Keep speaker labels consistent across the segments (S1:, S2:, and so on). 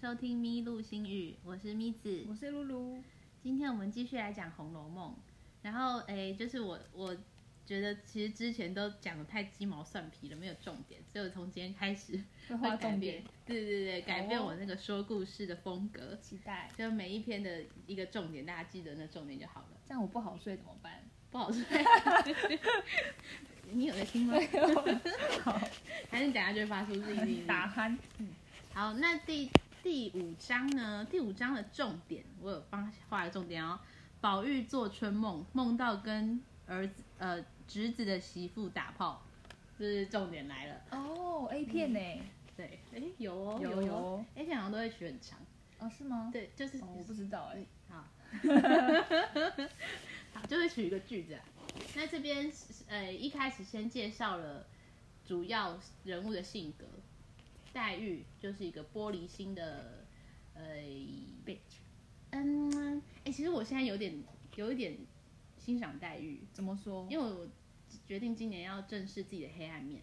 S1: 收听《咪路星语》，我是咪子
S2: 我。是露露，
S1: 今天我们继续来讲《红楼梦》，然后诶，就是我我觉得其实之前都讲的太鸡毛蒜皮了，没有重点，所以我从今天开始
S2: 会
S1: 会
S2: 画
S1: 改
S2: 重
S1: 变
S2: 点，，
S1: 对对对，改变
S2: 好哦
S1: 我那个说故事的风格，
S2: 期待。
S1: 就每一篇的一个重点，大家记得那重点就好了。
S2: 这样我不好睡怎么办？
S1: 不 好睡，你有在听吗？ 还是等下就会发出自 己的音
S2: 打鼾，嗯，
S1: 好，那第第五章呢？第五章的重点，我有帮画了重点哦。宝玉做春梦，梦到跟儿子呃侄子的媳妇打炮，这、是重点来了。
S2: 哦，A 片呢？
S1: 对，哎，有哦，
S2: 有有
S1: 哦
S2: 哦，
S1: 哎，这好像都会学很长。
S2: 哦，是吗？
S1: 对，就是、
S2: 哦，我不知道哎。
S1: 好，好，就会取一个句子、啊。那这边呃一开始先介绍了主要人物的性格，黛玉就是一个玻璃心的呃
S2: Bitch
S1: 嗯，哎、其实我现在有点有一点欣赏黛玉，
S2: 怎么说？
S1: 因为我决定今年要正视自己的黑暗面。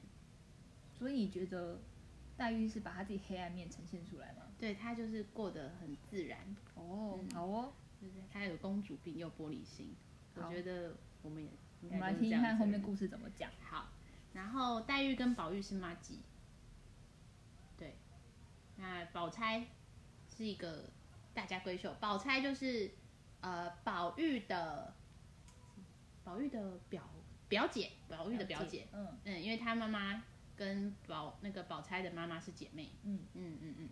S2: 所以你觉得黛玉是把她自己黑暗面呈现出来吗？
S1: 对她就是过得很自然，
S2: 哦，好哦，
S1: 就是她有公主病又玻璃心。我
S2: 好
S1: 觉得我们也
S2: 我
S1: 应
S2: 们
S1: 该
S2: 来
S1: 就是
S2: 听
S1: 这
S2: 听
S1: 样
S2: 看
S1: 子
S2: 后
S1: 的
S2: 面故事怎么讲。
S1: 好，然后黛玉跟宝玉是妈吉，对，那宝钗是一个大家闺秀，宝钗就是呃宝玉的宝玉的表表姐，宝玉的表姐，，
S2: 嗯
S1: 嗯，因为她妈妈跟宝那个宝钗的妈妈是姐妹，
S2: 嗯，
S1: 嗯嗯嗯，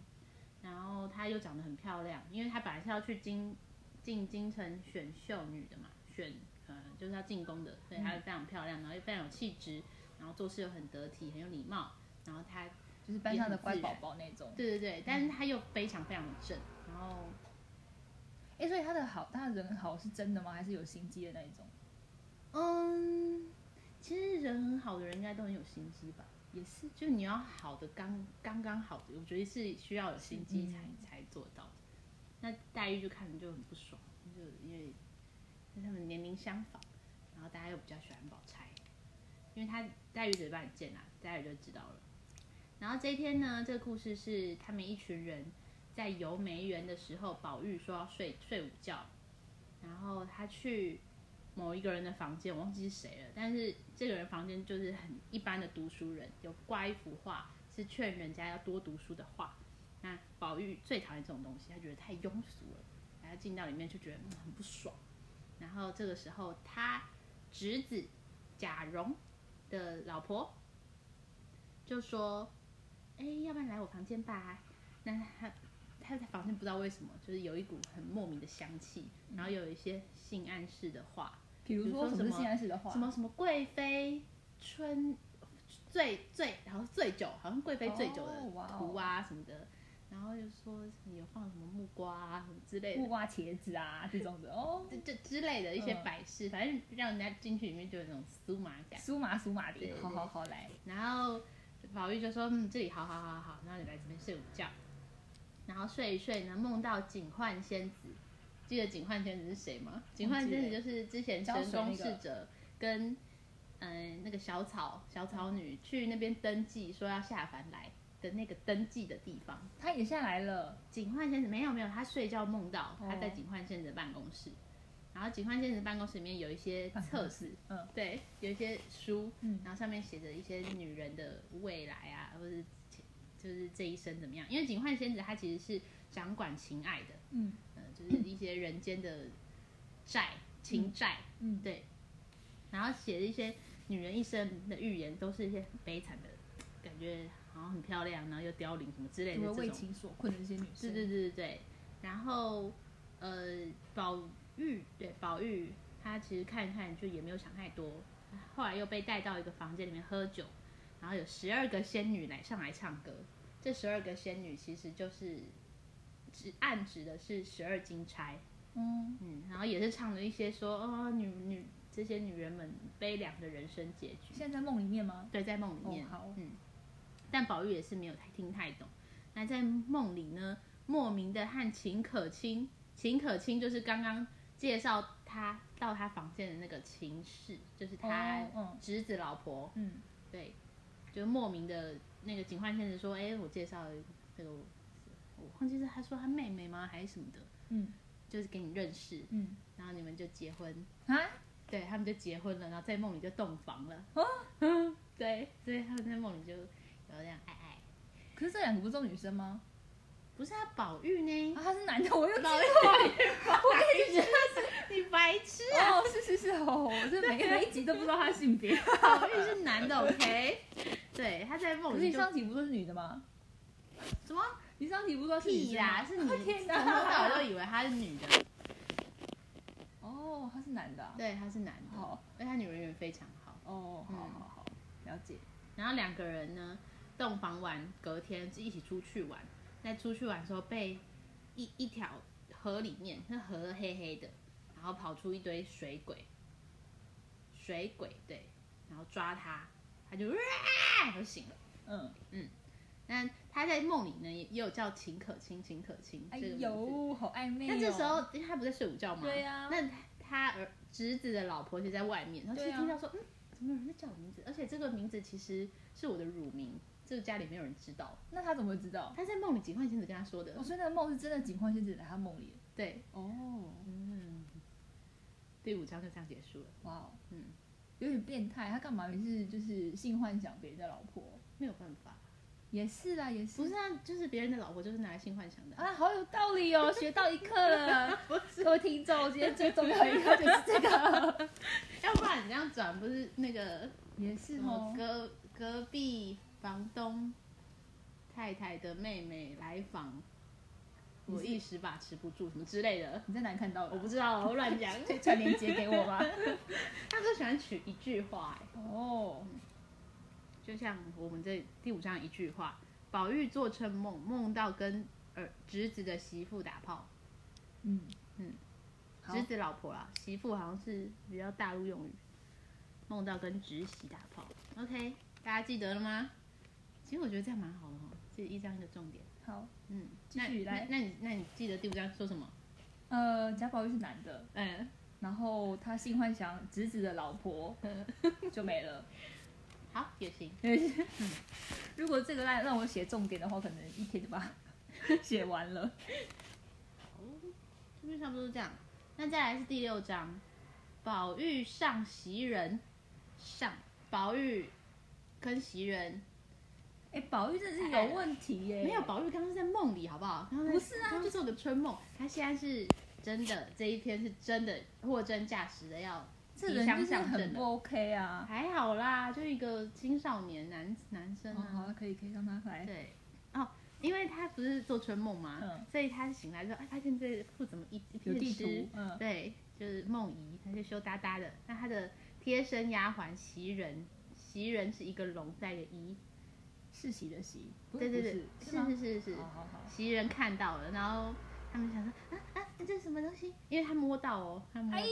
S1: 然后她又长得很漂亮，因为她本来是要去京进京城选秀女的嘛，选呃就是要进宫的，所以她非常漂亮，然后又非常有气质，然后做事又很得体，很有礼貌，然后她
S2: 就是班上的
S1: 也很
S2: 乖
S1: 自然
S2: 宝宝那种。
S1: 对对对，但是她又非常非常的正，然后
S2: 哎，所以她的好，她的人好是真的吗？还是有心机的那一种？
S1: 嗯，其实人很好的人应该都很有心机吧。也是，就你要好的刚刚刚好的，我觉得是需要有心机才、
S2: 嗯
S1: 才做到的。那黛玉就看着就很不爽，就因为因为他们年龄相仿，然后大家又比较喜欢宝钗，因为她黛玉嘴巴很贱啊，黛玉就知道了。然后这一天呢，这个故事是他们一群人在游梅园的时候，宝玉说要睡睡午觉，然后他去某一个人的房间，我忘记是谁了。但是这个人房间就是很一般的读书人，有挂一幅画，是劝人家要多读书的画。那宝玉最讨厌这种东西，他觉得太庸俗了，然后进到里面就觉得、嗯很不爽。然后这个时候，他侄子贾蓉的老婆就说：“哎，要不然来我房间吧。”那他他在房间不知道为什么，就是有一股很莫名的香气，然后有一些性暗示的话，
S2: 比如
S1: 比如说
S2: 说什
S1: 什
S2: 么是
S1: 么啊
S2: 性暗示的话？
S1: 什么什么贵妃春醉醉，然后醉酒，好像贵妃醉酒的
S2: 哦哇哦
S1: 图啊什么的，然后就说什么有放什么木瓜啊什么之类
S2: 木
S1: 的，
S2: 瓜、茄子啊这种的哦，
S1: 这这之类的一些
S2: 嗯
S1: 摆饰，反正让人家进去里面就有那种酥麻感。
S2: 苏麻苏麻
S1: 对
S2: 的，好好好来，
S1: 然后宝玉就说：“嗯，这里好好好好，然后你来这边睡午觉。”然后睡一睡呢，梦到警幻仙子，记得警幻仙子是谁吗？警幻仙子就是之前神宫侍者跟嗯、呃那个小草小草女去那边登记，说要下凡来的那个登记的地方。
S2: 他也下来了。
S1: 警幻仙子没有没有，她睡觉梦到她在
S2: 哦
S1: 警幻仙子的办公室，然后警幻仙子办公室里面有一些
S2: 办公
S1: 册子，
S2: 嗯，
S1: 对，有一些书，
S2: 嗯
S1: 然后上面写着一些女人的未来啊，或是就是这一生怎么样？因为警幻仙子她其实是掌管情爱的，
S2: 嗯
S1: 嗯、就是一些人间的债情债，
S2: 嗯，
S1: 对，然后写的一些女人一生的预言，都是一些很悲惨的感觉，好像很漂亮，然后又凋零什么之类
S2: 就
S1: 的
S2: 会
S1: 这
S2: 为
S1: 种。
S2: 情所困的一些女
S1: 对
S2: 生。
S1: 对对对对。然后呃，宝玉对宝玉，他其实看一看就也没有想太多，后来又被带到一个房间里面喝酒，然后有十二个仙女来上来唱歌。这十二个仙女其实就是指暗指的是十二金钗，
S2: 嗯，
S1: 嗯，然后也是唱了一些说哦女女这些女人们悲凉的人生结局。
S2: 现在在梦里面吗？
S1: 对，在梦里面。
S2: 哦好
S1: 嗯，但宝玉也是没有太听太懂。那在梦里呢，莫名的和秦可卿，秦可卿就是刚刚介绍他到他房间的那个秦氏，就是他
S2: 哦
S1: 侄子老婆。
S2: 嗯
S1: 对，就莫名的那个警幻先生说：“哎，我介绍这个我忘记是他说他妹妹吗还是什么的，
S3: 嗯
S1: 就是给你认识，
S3: 嗯
S1: 然后你们就结婚，
S3: 啊，
S1: 对他们就结婚了，然后在梦里就洞房了。哦 对，所以他们在梦里就有这样爱爱。
S3: 可是这两个不都女生吗？
S1: 不是啊，宝玉呢？
S3: 啊，他是男的，我又知道。
S1: 你白痴！
S3: 哦，是是是，哦，我这每
S1: 啊
S3: 每一集都不知道他的 性别。
S1: 宝玉是男 的，OK？对，他在
S3: 可
S1: 梦
S3: 是你
S1: 里就
S3: 上集不都是女的吗？
S1: 什么
S3: 你上集不知道是
S1: 屁
S3: 女的
S1: 啦，
S3: 吗？
S1: 是女，啊
S3: 哦
S1: 从
S3: 天
S1: 头
S3: 哪
S1: 到尾都以为他是女的。
S3: 哦，他是男的啊。
S1: 对，他是男的，
S3: 好，
S1: 而且他女人缘非常好。
S3: 哦，好
S1: 嗯
S3: 好好，了解。
S1: 然后两个人呢，洞房完隔天一起出去玩，在出去玩的时候被一一条河里面，那河黑黑的，然后跑出一堆水鬼，水鬼对，然后抓他，他就啊，就醒了。
S3: 嗯，
S1: 但他在梦里呢，也也有叫秦可卿，秦可卿
S3: 哎
S1: 这个名字。
S3: 呦，好暧昧哦。
S1: 那这时候，因为他不在睡午觉吗？
S3: 对啊
S1: 那他儿侄子的老婆就在外面，然后就
S3: 对啊
S1: 听到说，嗯，怎么有人在叫我名字？而且这个名字其实是我的乳名，这个家里没有人知道。
S3: 那他怎么会知道？
S1: 他在梦里警幻仙子跟他说的
S3: 我，说那个梦是真的，警幻仙子在他梦里。
S1: 对，
S3: 哦，
S1: 嗯，第五章就这样结束了，
S3: 哇哦，
S1: 嗯，
S3: 有点变态，他干嘛也是就是性幻想别人的老婆？
S1: 没有办法，
S3: 也是啦，也
S1: 不是啊，就是别人的老婆就是拿来性幻想的啊，
S3: 啊，好有道理哦，学到一课 了。各位听众，今天最重要的一课就是这 个，
S1: 要不然你这样转不是那个
S3: 也是
S1: 什
S3: 哦
S1: 么。隔隔壁房东太太的妹妹来访，我一时把持不住什么之类的，
S3: 你在哪里看到的？
S1: 我不知道，我乱 讲。
S3: 可以传链接给我吗？
S1: 他都喜欢取一句话、哎
S3: 哦，
S1: 就像我们这第五章一句话，宝玉做春梦，梦到跟儿侄子的媳妇打炮，
S3: 嗯
S1: 嗯
S3: 嗯，好
S1: 侄，子老婆啦，媳妇好像是比较大陆用语，梦到跟侄媳打炮。OK，大家记得了吗？其实我觉得这样蛮好的哈，这一章一个重点。
S3: 好，
S1: 嗯，
S3: 继续
S1: 那
S3: 来
S1: 那那你那你记得第五章说什么？
S3: 呃，贾宝玉是男的，
S1: 嗯，
S3: 然后他性幻想侄子的老 婆就没了。
S1: 好，也行。
S3: 如果这个让让我写重点的话，可能一天就把它 写完了。
S1: 哦这边差不多是这样。那再来是第六章，宝玉上袭人，上宝玉跟袭人
S3: 哎，宝玉真的是有问题耶，
S1: 没有，宝玉刚刚是在梦里，好不好？刚刚在
S3: 不是啊
S1: 刚刚做个春梦，他现在是真的，这一篇是真的货真价实的要
S3: 这人就是很不 OK 啊。
S1: 还好啦，就一个青少年男男生
S3: 哦，好
S1: 啊，
S3: 了，可以可以让他来。
S1: 对。哦，因为他不是做春梦嘛，
S3: 嗯
S1: 所以他醒来之后，哎，发现这副怎么一一
S3: 有
S1: 片
S3: 地
S1: 湿
S3: 图，，嗯，
S1: 对，就是梦怡，她就羞答答的。那她的贴身丫鬟袭人，袭人是一个龙在一个一，
S3: 世袭的袭，不
S1: 对对
S3: 是不
S1: 对
S3: 是，是
S1: 是
S3: 吗哦
S1: 是？是是
S3: 好，好好，
S1: 袭人看到了，然后他们想说啊啊，这是什么东西？因为她摸到哦，她摸到，
S3: 哎，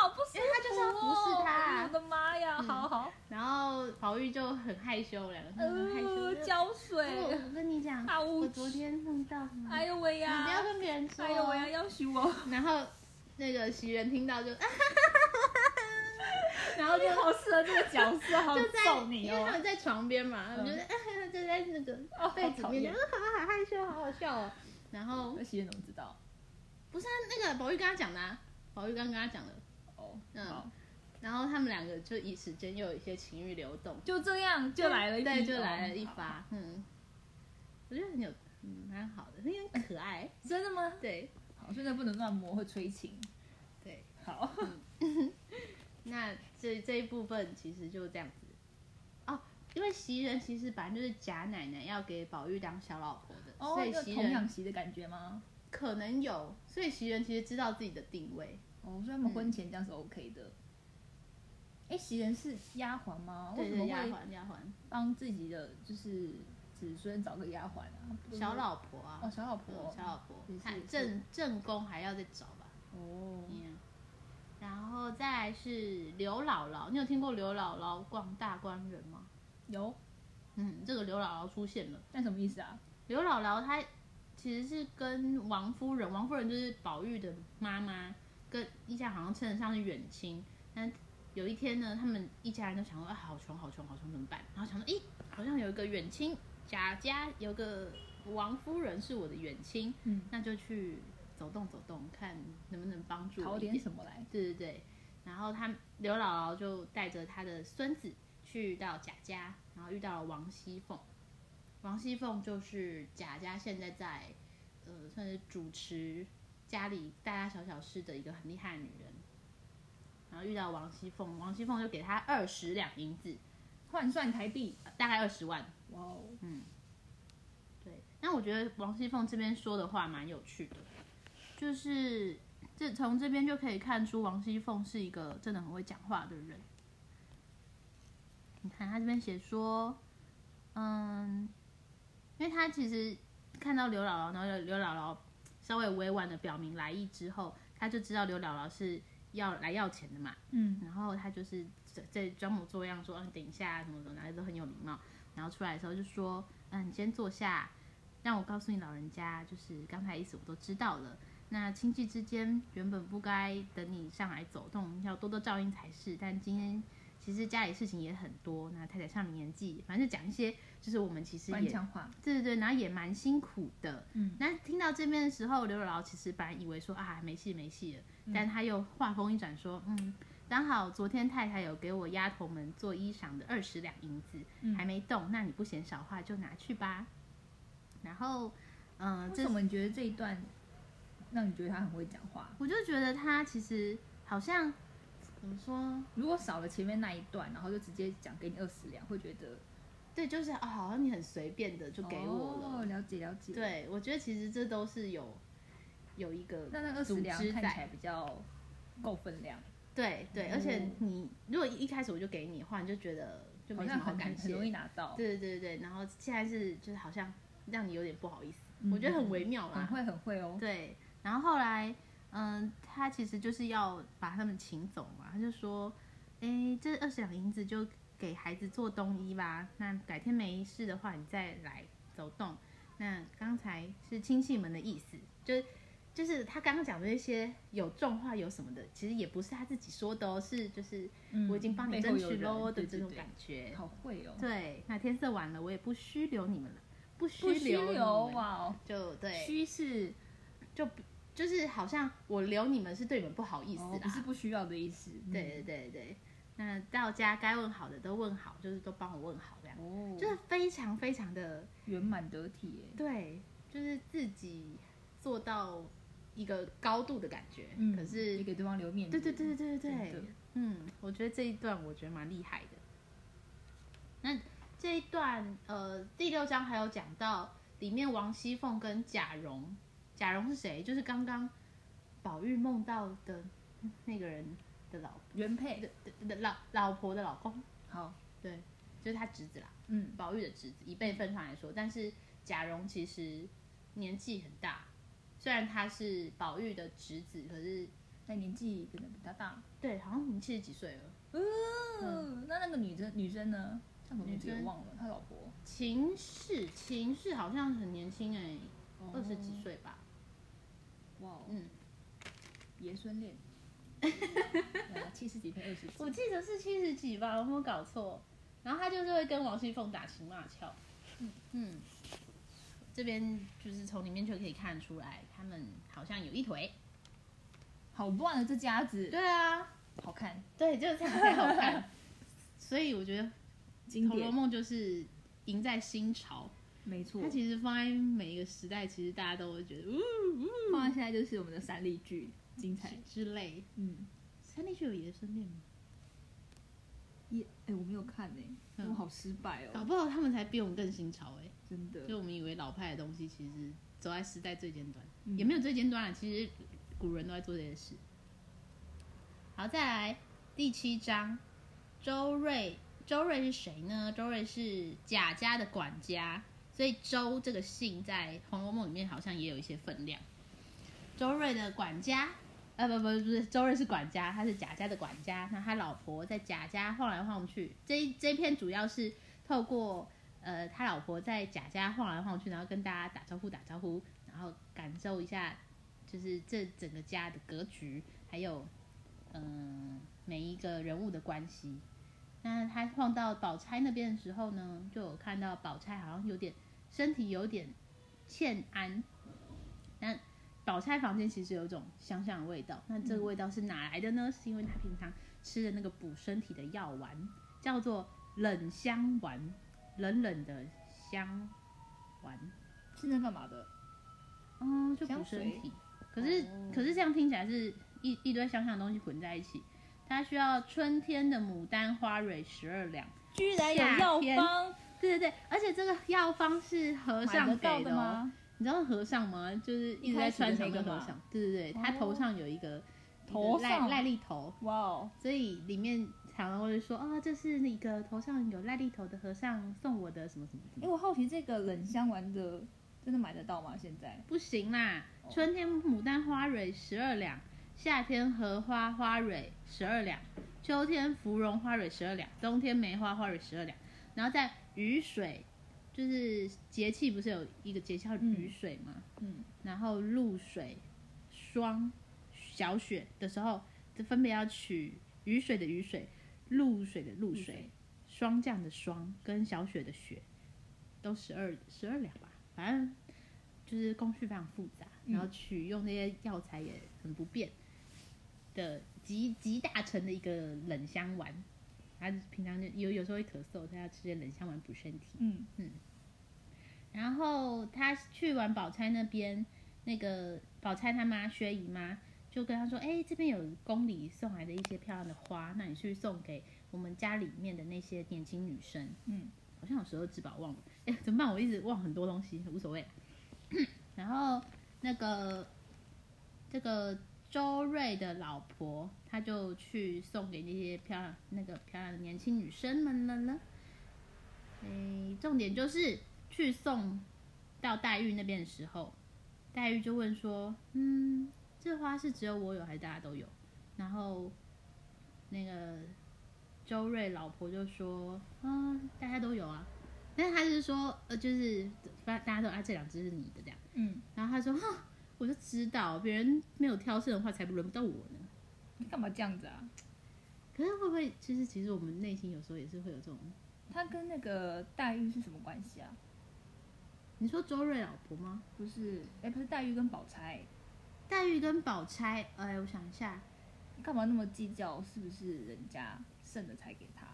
S3: 好不舒服、哦，哎
S1: 因为他就是要服侍他
S3: 我的妈呀，
S1: 嗯
S3: 好好，
S1: 然后宝玉就很害羞，两个人都很害羞
S3: 呃，
S1: 就。
S3: 胶
S1: 我
S3: 水，
S1: 我跟你讲，
S3: 好无
S1: 我
S3: 耻
S1: 昨天梦到什么？
S3: 哎呦喂
S1: 你不要
S3: 呀，
S1: 跟别人说哦。
S3: 哎呦喂呀，要许我，
S1: 然后那个袭人听到就啊，
S3: 然后你好适合这个角色，好
S1: 就在
S3: 揍，你
S1: 因为他
S3: 哦，
S1: 们在床边嘛，他们就在、啊就在那个
S3: 哦，
S1: 被
S3: 好
S1: 子
S3: 讨
S1: 面，然
S3: 厌
S1: 后。好好害羞，好好笑哦。然后
S3: 那袭人怎么知道？
S1: 不是啊，那个宝玉跟他讲的、啊，宝玉刚跟他讲的。
S3: 哦，
S1: 嗯
S3: 好，
S1: 然后他们两个就一时间又有一些情欲流动，
S3: 就这样就来了一，
S1: 对，就来了一
S3: 哦，
S1: 发。嗯，我觉得很有，嗯，蛮好的，很可爱。
S3: 真的吗？
S1: 对，
S3: 好，真的不能乱摸，会催情。
S1: 对，
S3: 好，
S1: 那这这一部分其实就这样子。哦，因为袭人其实本来就是贾奶奶要给宝玉当小老婆的，
S3: 哦，
S1: 所以
S3: 一个
S1: 袭
S3: 童
S1: 人
S3: 养媳的感觉吗？
S1: 可能有，所以袭人其实知道自己的定位。
S3: 哦，所以他
S1: 嗯
S3: 们婚前这样是 OK 的。哎，袭人是丫鬟吗？为
S1: 对
S3: 什么
S1: 对，丫
S3: 会
S1: 鬟丫鬟，
S3: 帮自己的就是子孙找个丫鬟啊，不是
S1: 小老婆啊，
S3: 哦小老
S1: 嗯
S3: 婆，
S1: 小老婆
S3: 也，是
S1: 看
S3: 也是
S1: 正正宫还要再找吧。
S3: 哦
S1: 嗯，然后再来是刘姥姥，你有听过刘姥姥逛大观园吗？
S3: 有，
S1: 嗯，这个刘姥姥出现了。
S3: 那什么意思啊？
S1: 刘姥姥她其实是跟王夫人，王夫人就是宝玉的妈妈，跟一家好像称得上是远亲。但有一天呢，他们一家人都想说， 啊，好穷，好穷，好穷，怎么办？然后想说，咦，好像有一个远亲，贾家有个王夫人是我的远亲，
S2: 嗯，
S1: 那就去走动走动，看能不能帮助我
S2: 讨
S1: 一
S2: 点什么来？
S1: 对对对，然后他刘姥姥就带着她的孙子去到贾家，然后遇到了王熙凤。王熙凤就是贾家现在在，呃，算是主持家里大大小小事的一个很厉害的女人。然后遇到王熙凤，王熙凤就给她二十两银子，
S2: 换算台币，
S1: 呃大概二十万。
S2: 哇哦，
S1: 对，那我觉得王熙凤这边说的话蛮有趣的，就是这从这边就可以看出王熙凤是一个真的很会讲话的人。你看他这边写说，嗯，因为他其实看到刘姥姥，然后刘刘姥姥稍微委婉的表明来意之后，他就知道刘姥姥是要来要钱的嘛，
S2: 嗯，
S1: 然后他就是在在装模作样说，嗯，等一下什么什么，然后都很有礼貌。然后出来的时候就说，嗯，你先坐下，让我告诉你老人家，就是刚才意思我都知道了。那亲戚之间原本不该等你上来走动，要多多照应才是。但今天其实家里事情也很多，那太太上了年纪，反正就讲一些就是我们其实
S2: 官
S1: 也
S2: 腔话，
S1: 对对对，然后也蛮辛苦的。
S2: 嗯，
S1: 那听到这边的时候，刘姥姥其实本来以为说啊没戏没戏了，
S2: 嗯
S1: 但她又话锋一转说，嗯，刚好昨天太太有给我丫头们做衣裳的二十两银子，
S2: 嗯
S1: 还没动，那你不嫌少话就拿去吧。然后，嗯、
S2: 为
S1: 这
S2: 什么你觉得这一段让你觉得他很会讲话？
S1: 我就觉得她其实好像怎么说，
S2: 如果少了前面那一段，然后就直接讲给你二十两，会觉得
S1: 对，就是啊、好像你很随便的就给我了。
S2: 哦、了解了解。，
S1: 对，我觉得其实这都是有有一个
S2: 那那二十两
S1: 组织
S2: 看起
S1: 在
S2: 来比较够分量，
S1: 对对，而且
S2: 嗯
S1: 你如果一开始我就给你的话，你就觉得就
S2: 好
S1: 没什
S2: 像
S1: 么好
S2: 很
S1: 感
S2: 很很
S1: 谢。
S2: 容易拿到，
S1: 对对对对，然后现在是就是好像让你有点不好意思，
S2: 嗯
S1: 我觉得很微妙
S2: 很
S1: 啦。
S2: 会很会哦。
S1: 对，然后后来嗯，他其实就是要把他们请走嘛，他就说，哎，这二十两银子就给孩子做冬衣吧，那改天没事的话你再来走动。那刚才是亲戚们的意思，就是。就是他刚刚讲的那些有重话有什么的，其实也不是他自己说的哦，是就是
S2: 嗯
S1: 我已经帮你
S2: 背后
S1: 争
S2: 有
S1: 取
S2: 人
S1: 喽
S2: 对
S1: 的这
S2: 对
S1: 种
S2: 对
S1: 感觉。
S2: 好会哦，
S1: 对，那天色晚了，我也不虚留你们了，不虚
S2: 不虚
S1: 留你
S2: 流
S1: 们，
S2: 哇哦，
S1: 就对，
S2: 虚是
S1: 就不就是好像我留你们是对你们不好意思
S2: 哦
S1: 啦。
S2: 不是不需要的意思。嗯
S1: 对对对对，那到家该问好的都问好，就是都帮我问好这样，
S2: 哦，
S1: 就是非常非常的
S2: 圆满得体耶。
S1: 对，就是自己做到一个高度的感觉。
S2: 嗯，
S1: 可是
S2: 也给对方留面子。
S1: 对对对对对对
S2: 真的，
S1: 嗯，我觉得这一段我觉得蛮厉害的。那这一段呃，第六章还有讲到里面王熙凤跟贾蓉，贾蓉是谁？就是刚刚宝玉梦到的那个人的老
S2: 原配
S1: 的的的老老婆的老公，
S2: 好，
S1: 对，就是他侄子啦，
S2: 嗯，
S1: 宝玉的侄子，以辈分上来说，但是贾蓉其实年纪很大，虽然他是宝玉的侄子，可是
S2: 但年纪可能比他大。
S1: 对，好像已经七十几岁了。
S2: 哦嗯，那那个女生女生呢？她什么名字
S1: 女
S2: 也
S1: 生
S2: 忘了，她老婆
S1: 秦氏，秦氏好像很年轻哎、二十几。岁吧。
S2: 哦哇哦，
S1: 嗯，
S2: 爷孙 恋。对啊七十几配二十几，
S1: 我记得是七十几吧，我没有搞错。然后他就是会跟王熙凤打情骂俏。嗯，这边就是从里面就可以看出来，他们好像有一腿。
S2: 好乱啊这家子，
S1: 对啊，
S2: 好看，
S1: 对，就是这样才好 看。所以我觉得《
S2: 经
S1: 红楼，梦》就是赢在新潮，
S2: 没错
S1: 它。其实放在每一个时代，其实大家都会觉得呜
S3: 嗯
S2: 放在现在就是我们的三例剧，精彩。
S1: 之类。
S2: 嗯，
S1: 三立剧有爷孙恋吗？
S2: 也哎，我没有看呢，
S1: 嗯
S2: 我好失败
S1: 搞
S2: 哦，
S1: 不好他们才比我们更新潮哎、
S2: 真的。
S1: 就我们以为老派的东西，其实走在时代最尖端，
S2: 嗯
S1: 也没有最尖端啊。其实古人都在做这些事。好，再来第七章，周瑞，周瑞是谁呢？周瑞是贾家的管家，所以周这个姓在《红楼梦》里面好像也有一些分量。周瑞的管家，呃，不不不是，周瑞是管家，他是贾家的管家。那他老婆在贾家晃来晃去，这一这一篇主要是透过呃他老婆在贾家晃来晃去，然后跟大家打招呼打招呼，然后感受一下就是这整个家的格局，还有嗯、每一个人物的关系。那他晃到宝钗那边的时候呢，就有看到宝钗好像有点身体有点欠安。那宝钗房间其实有一种香香的味道，那这个味道是哪来的呢？是因为她平常吃的那个补身体的药丸，叫做冷香丸，冷冷的香丸，
S3: 是那干嘛的？
S1: 哦，就补
S3: 香水哦
S1: 身体。可是、可是这样听起来是一一堆香香的东西混在一起。它需要春天的牡丹花蕊十二两，
S3: 居然有药方
S1: 对对对，而且这个药方是和
S3: 买
S1: 尚
S3: 得
S1: 给
S3: 到
S1: 哦
S3: 吗？
S1: 你知道和尚吗？就是一直在穿长的
S3: 一开始的
S1: 和
S3: 那个
S1: 尚
S3: 嘛，
S1: 对对对，他头上有一个
S3: 哦头
S1: 一个
S3: 上
S1: 癞癞痢头，
S3: 哇哦，
S1: 所以里面常常会说啊、这是那个头上有癞痢头的和尚送我的什么什么什
S3: 哎、
S1: 么，
S3: 我好奇这个冷香丸的真的买得到吗？现在
S1: 不行啦，
S3: 哦
S1: 春天牡丹花蕊十二两，夏天荷花花蕊十二两，秋天芙蓉花蕊十二两，冬天梅花花蕊十二两，然后在雨水，就是节气不是有一个节气叫雨水吗？
S3: 嗯，
S1: 然后露水、霜、小雪的时候，这分别要取雨水的雨水、露水的露
S3: 露
S1: 水
S3: 水、
S1: 霜降的霜跟小雪的雪，都十二十二两吧，反正就是工序非常复杂，然后取用那些药材也很不便的集集大成的一个冷香丸。他平常就有有时候会咳嗽，他要吃些冷香丸补身体。
S3: 嗯，
S1: 然后他去完宝钗那边，那个宝钗她妈薛姨妈就跟她说：“哎，这边有宫里送来的一些漂亮的花，那你去送给我们家里面的那些年轻女生。”
S3: 嗯，
S1: 好像有时候只把忘了，哎，怎么办？我一直忘很多东西，无所谓。然后那个这个周瑞的老婆，她就去送给那些漂亮那个漂亮的年轻女生们了呢。哎，重点就是去送到黛玉那边的时候，黛玉就问说：“嗯，这花是只有我有还是大家都有？”然后那个周瑞老婆就说：“嗯，大家都有啊。”但是他是说，呃，就是反大家都有啊，这两只是你的这样。
S3: 嗯，
S1: 然后他说：“哼，我就知道别人没有挑剩的话，才轮不到我呢。
S3: 你干嘛这样子啊？”
S1: 可是会不会，就是其实我们内心有时候也是会有这种，
S3: 他跟那个黛玉是什么关系啊？
S1: 你说周瑞老婆吗？
S3: 不是，哎、不是黛玉跟宝钗，
S1: 黛玉跟宝钗，哎，我想一下，
S3: 你干嘛那么计较？是不是人家剩的才给他？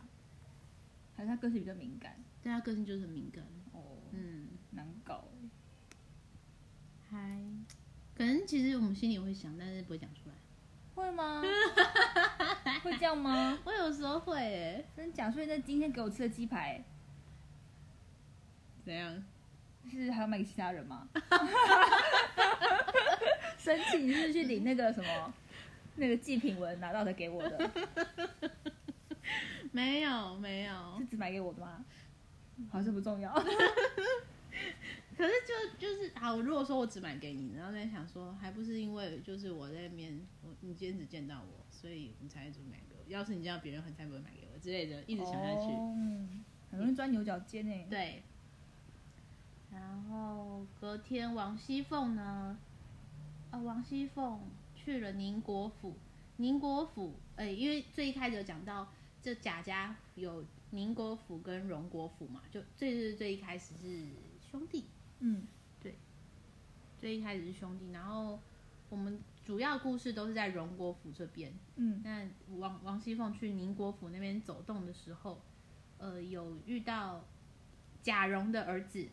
S3: 还是他个性比较敏感？
S1: 对她个性就是很敏感，
S3: 哦，
S1: 嗯，
S3: 难搞。欸
S1: 还可能其实我们心里会想，但是不会讲出来。
S3: 会吗？会这样吗？
S1: 我有时候会、欸，
S3: 真假？所以那今天给我吃的鸡排
S1: 怎样？
S3: 是还要卖给其他人吗？生气你是不是去领那个什么那个祭品文拿到的给我的，
S1: 没有，没有
S3: 是。只买给我的吗？好像不重要。
S1: 可是就就是好，如果说我只买给你，然后在想说，还不是因为就是我在那边，我你今天只见到我，所以你才只买给我。要是你见到别人，很才不会买给我之类的，一直想下去。
S3: 哦嗯很容易钻牛角尖诶、欸。
S1: 对。然后隔天，王熙凤呢？呃，王熙凤去了宁国府。宁国府，哎，因为最一开始有讲到，这贾家有宁国府跟荣国府嘛，就最最最一开始是兄弟，
S3: 嗯，
S1: 最一开始是兄弟。然后我们主要故事都是在荣国府这边。
S3: 嗯，
S1: 那王王熙凤去宁国府那边走动的时候，呃，有遇到贾蓉的儿子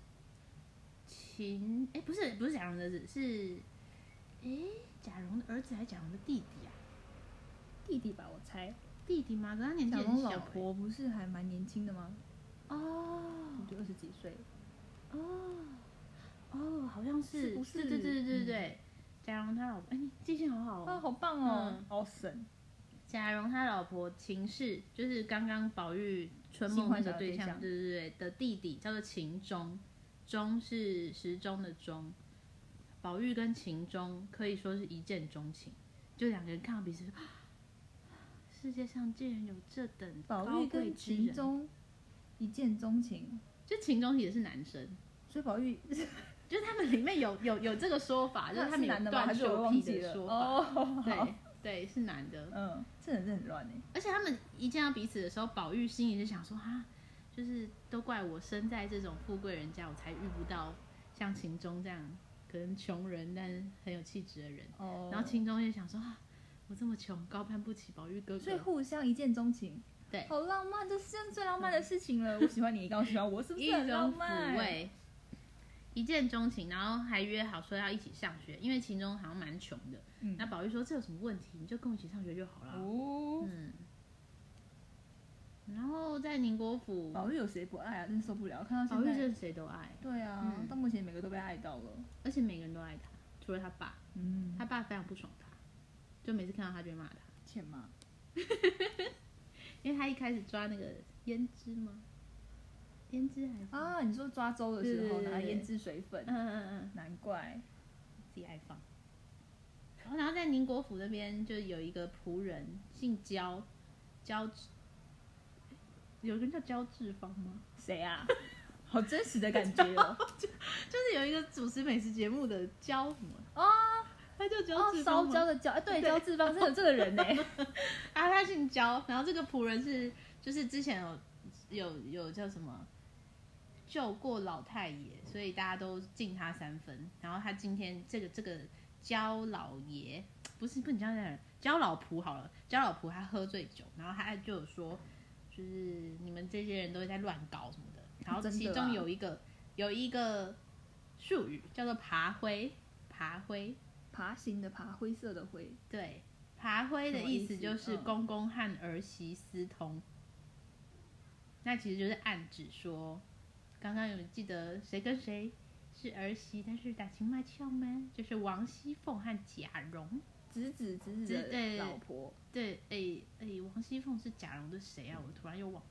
S1: 秦，哎，不是不是贾蓉的儿子，是哎贾蓉的儿子还是贾蓉的弟弟啊？
S3: 弟弟吧，我猜。
S1: 弟弟吗？可是他年纪
S3: 小
S1: 很
S3: 龙
S1: 小、欸
S3: 老
S1: 诶
S3: 婆不是还蛮年轻的吗？
S1: 哦
S3: 就二十几岁。
S1: 哦哦，好像是，
S3: 是不是
S1: 对对对对
S3: 嗯
S1: 对，贾蓉他老婆，哎，你记性好好哦。
S3: 啊，好棒哦
S1: 嗯，
S3: 好神。
S1: 贾蓉他老婆秦氏，就是刚刚宝玉春梦那个对
S3: 新
S1: 象，
S3: 欢
S1: 对对对的弟弟，叫做秦钟，钟是时钟的钟。宝玉跟秦钟可以说是一见钟情，就两个人看到彼此，啊世界上竟然有这等
S3: 宝玉
S1: 高贵
S3: 跟
S1: 之人
S3: 秦，钟一见钟情，
S1: 就秦钟也是男生，
S3: 所以宝玉
S1: 就是他们里面有有有这个说 法，啊就是他
S3: 是
S1: 们
S3: 男
S1: 有
S3: 的吗？还
S1: 断
S3: 是我
S1: 袖
S3: 忘
S1: 癖
S3: 记
S1: 的
S3: 了？
S1: 说法，
S3: 哦，好
S1: 对对是男的，
S3: 嗯，这人真的很乱哎。
S1: 而且他们一见到彼此的时候，宝玉心里就想说啊，就是都怪我生在这种富贵人家，我才遇不到像秦钟这样，可能穷人但是很有气质的人，
S3: 哦
S1: 然后秦钟就想说啊，我这么穷，高攀不起宝玉哥
S3: 所以
S1: 哥，
S3: 互相一见钟情，
S1: 对嗯
S3: 好浪漫，这是世上最浪漫的事情了。我喜欢你，你刚喜欢我，是不
S1: 一
S3: 是很浪
S1: 种
S3: 漫？
S1: 抚慰，一见钟情，然后还约好说要一起上学，因为秦钟好像蛮穷的，
S3: 嗯
S1: 那宝玉说这有什么问题，你就跟我一起上学就好了。
S3: 哦，
S1: 嗯，然后在宁国府，
S3: 宝玉有谁不爱啊？真受不了，看到
S1: 宝玉
S3: 现在，
S1: 是谁都爱，
S3: 对啊，
S1: 嗯
S3: 到目前每个都被爱到了。
S1: 而且每个人都爱他，除了他爸，
S3: 嗯，
S1: 他爸非常不爽他，就每次看到他就会骂他，
S3: 欠骂，
S1: 因为他一开始抓那个胭脂吗？胭脂还是？
S3: 啊，你说抓周的时候
S1: 对对对
S3: 拿
S1: 对
S3: 胭脂水粉
S1: 嗯，嗯嗯嗯，
S3: 难怪。
S1: 自己爱放。然后，然后在宁国府那边就有一个仆人，姓焦，焦志，有一个人叫焦志芳吗？
S3: 谁啊？ 好真实的感觉 哦！
S1: 就是有一个主持美食节目的焦什么，
S3: 哦
S1: 他叫焦
S3: 哦，
S1: 志
S3: 烧
S1: 芳
S3: 焦
S1: 吗？
S3: 的焦，哎，对，
S1: 对
S3: 焦志芳是有这个人呢。
S1: 啊，他姓焦。然后这个仆人是，就是之前有有有叫什么救过老太爷，所以大家都敬他三分。然后他今天这个这个焦老爷，不是不能叫那人，焦老仆好了，焦老仆他喝醉酒，然后他就有说，就是你们这些人都在乱搞什么的。然后
S3: 真的啊
S1: 其中有一个、有一个术语叫做爬灰，爬灰。
S3: 爬行的爬，灰色的灰，
S1: 对，爬灰的意思就
S3: 什么
S1: 是
S3: 意思嗯
S1: 公公和儿媳私通，那其实就是暗指说，刚刚有记得谁跟谁是儿媳，但是打情骂俏吗？就是王熙凤和贾蓉。
S3: 直指直
S1: 直
S3: 指的
S1: 对
S3: 老婆，
S1: 对，诶诶，王熙凤是贾蓉的谁啊？我突然又忘了，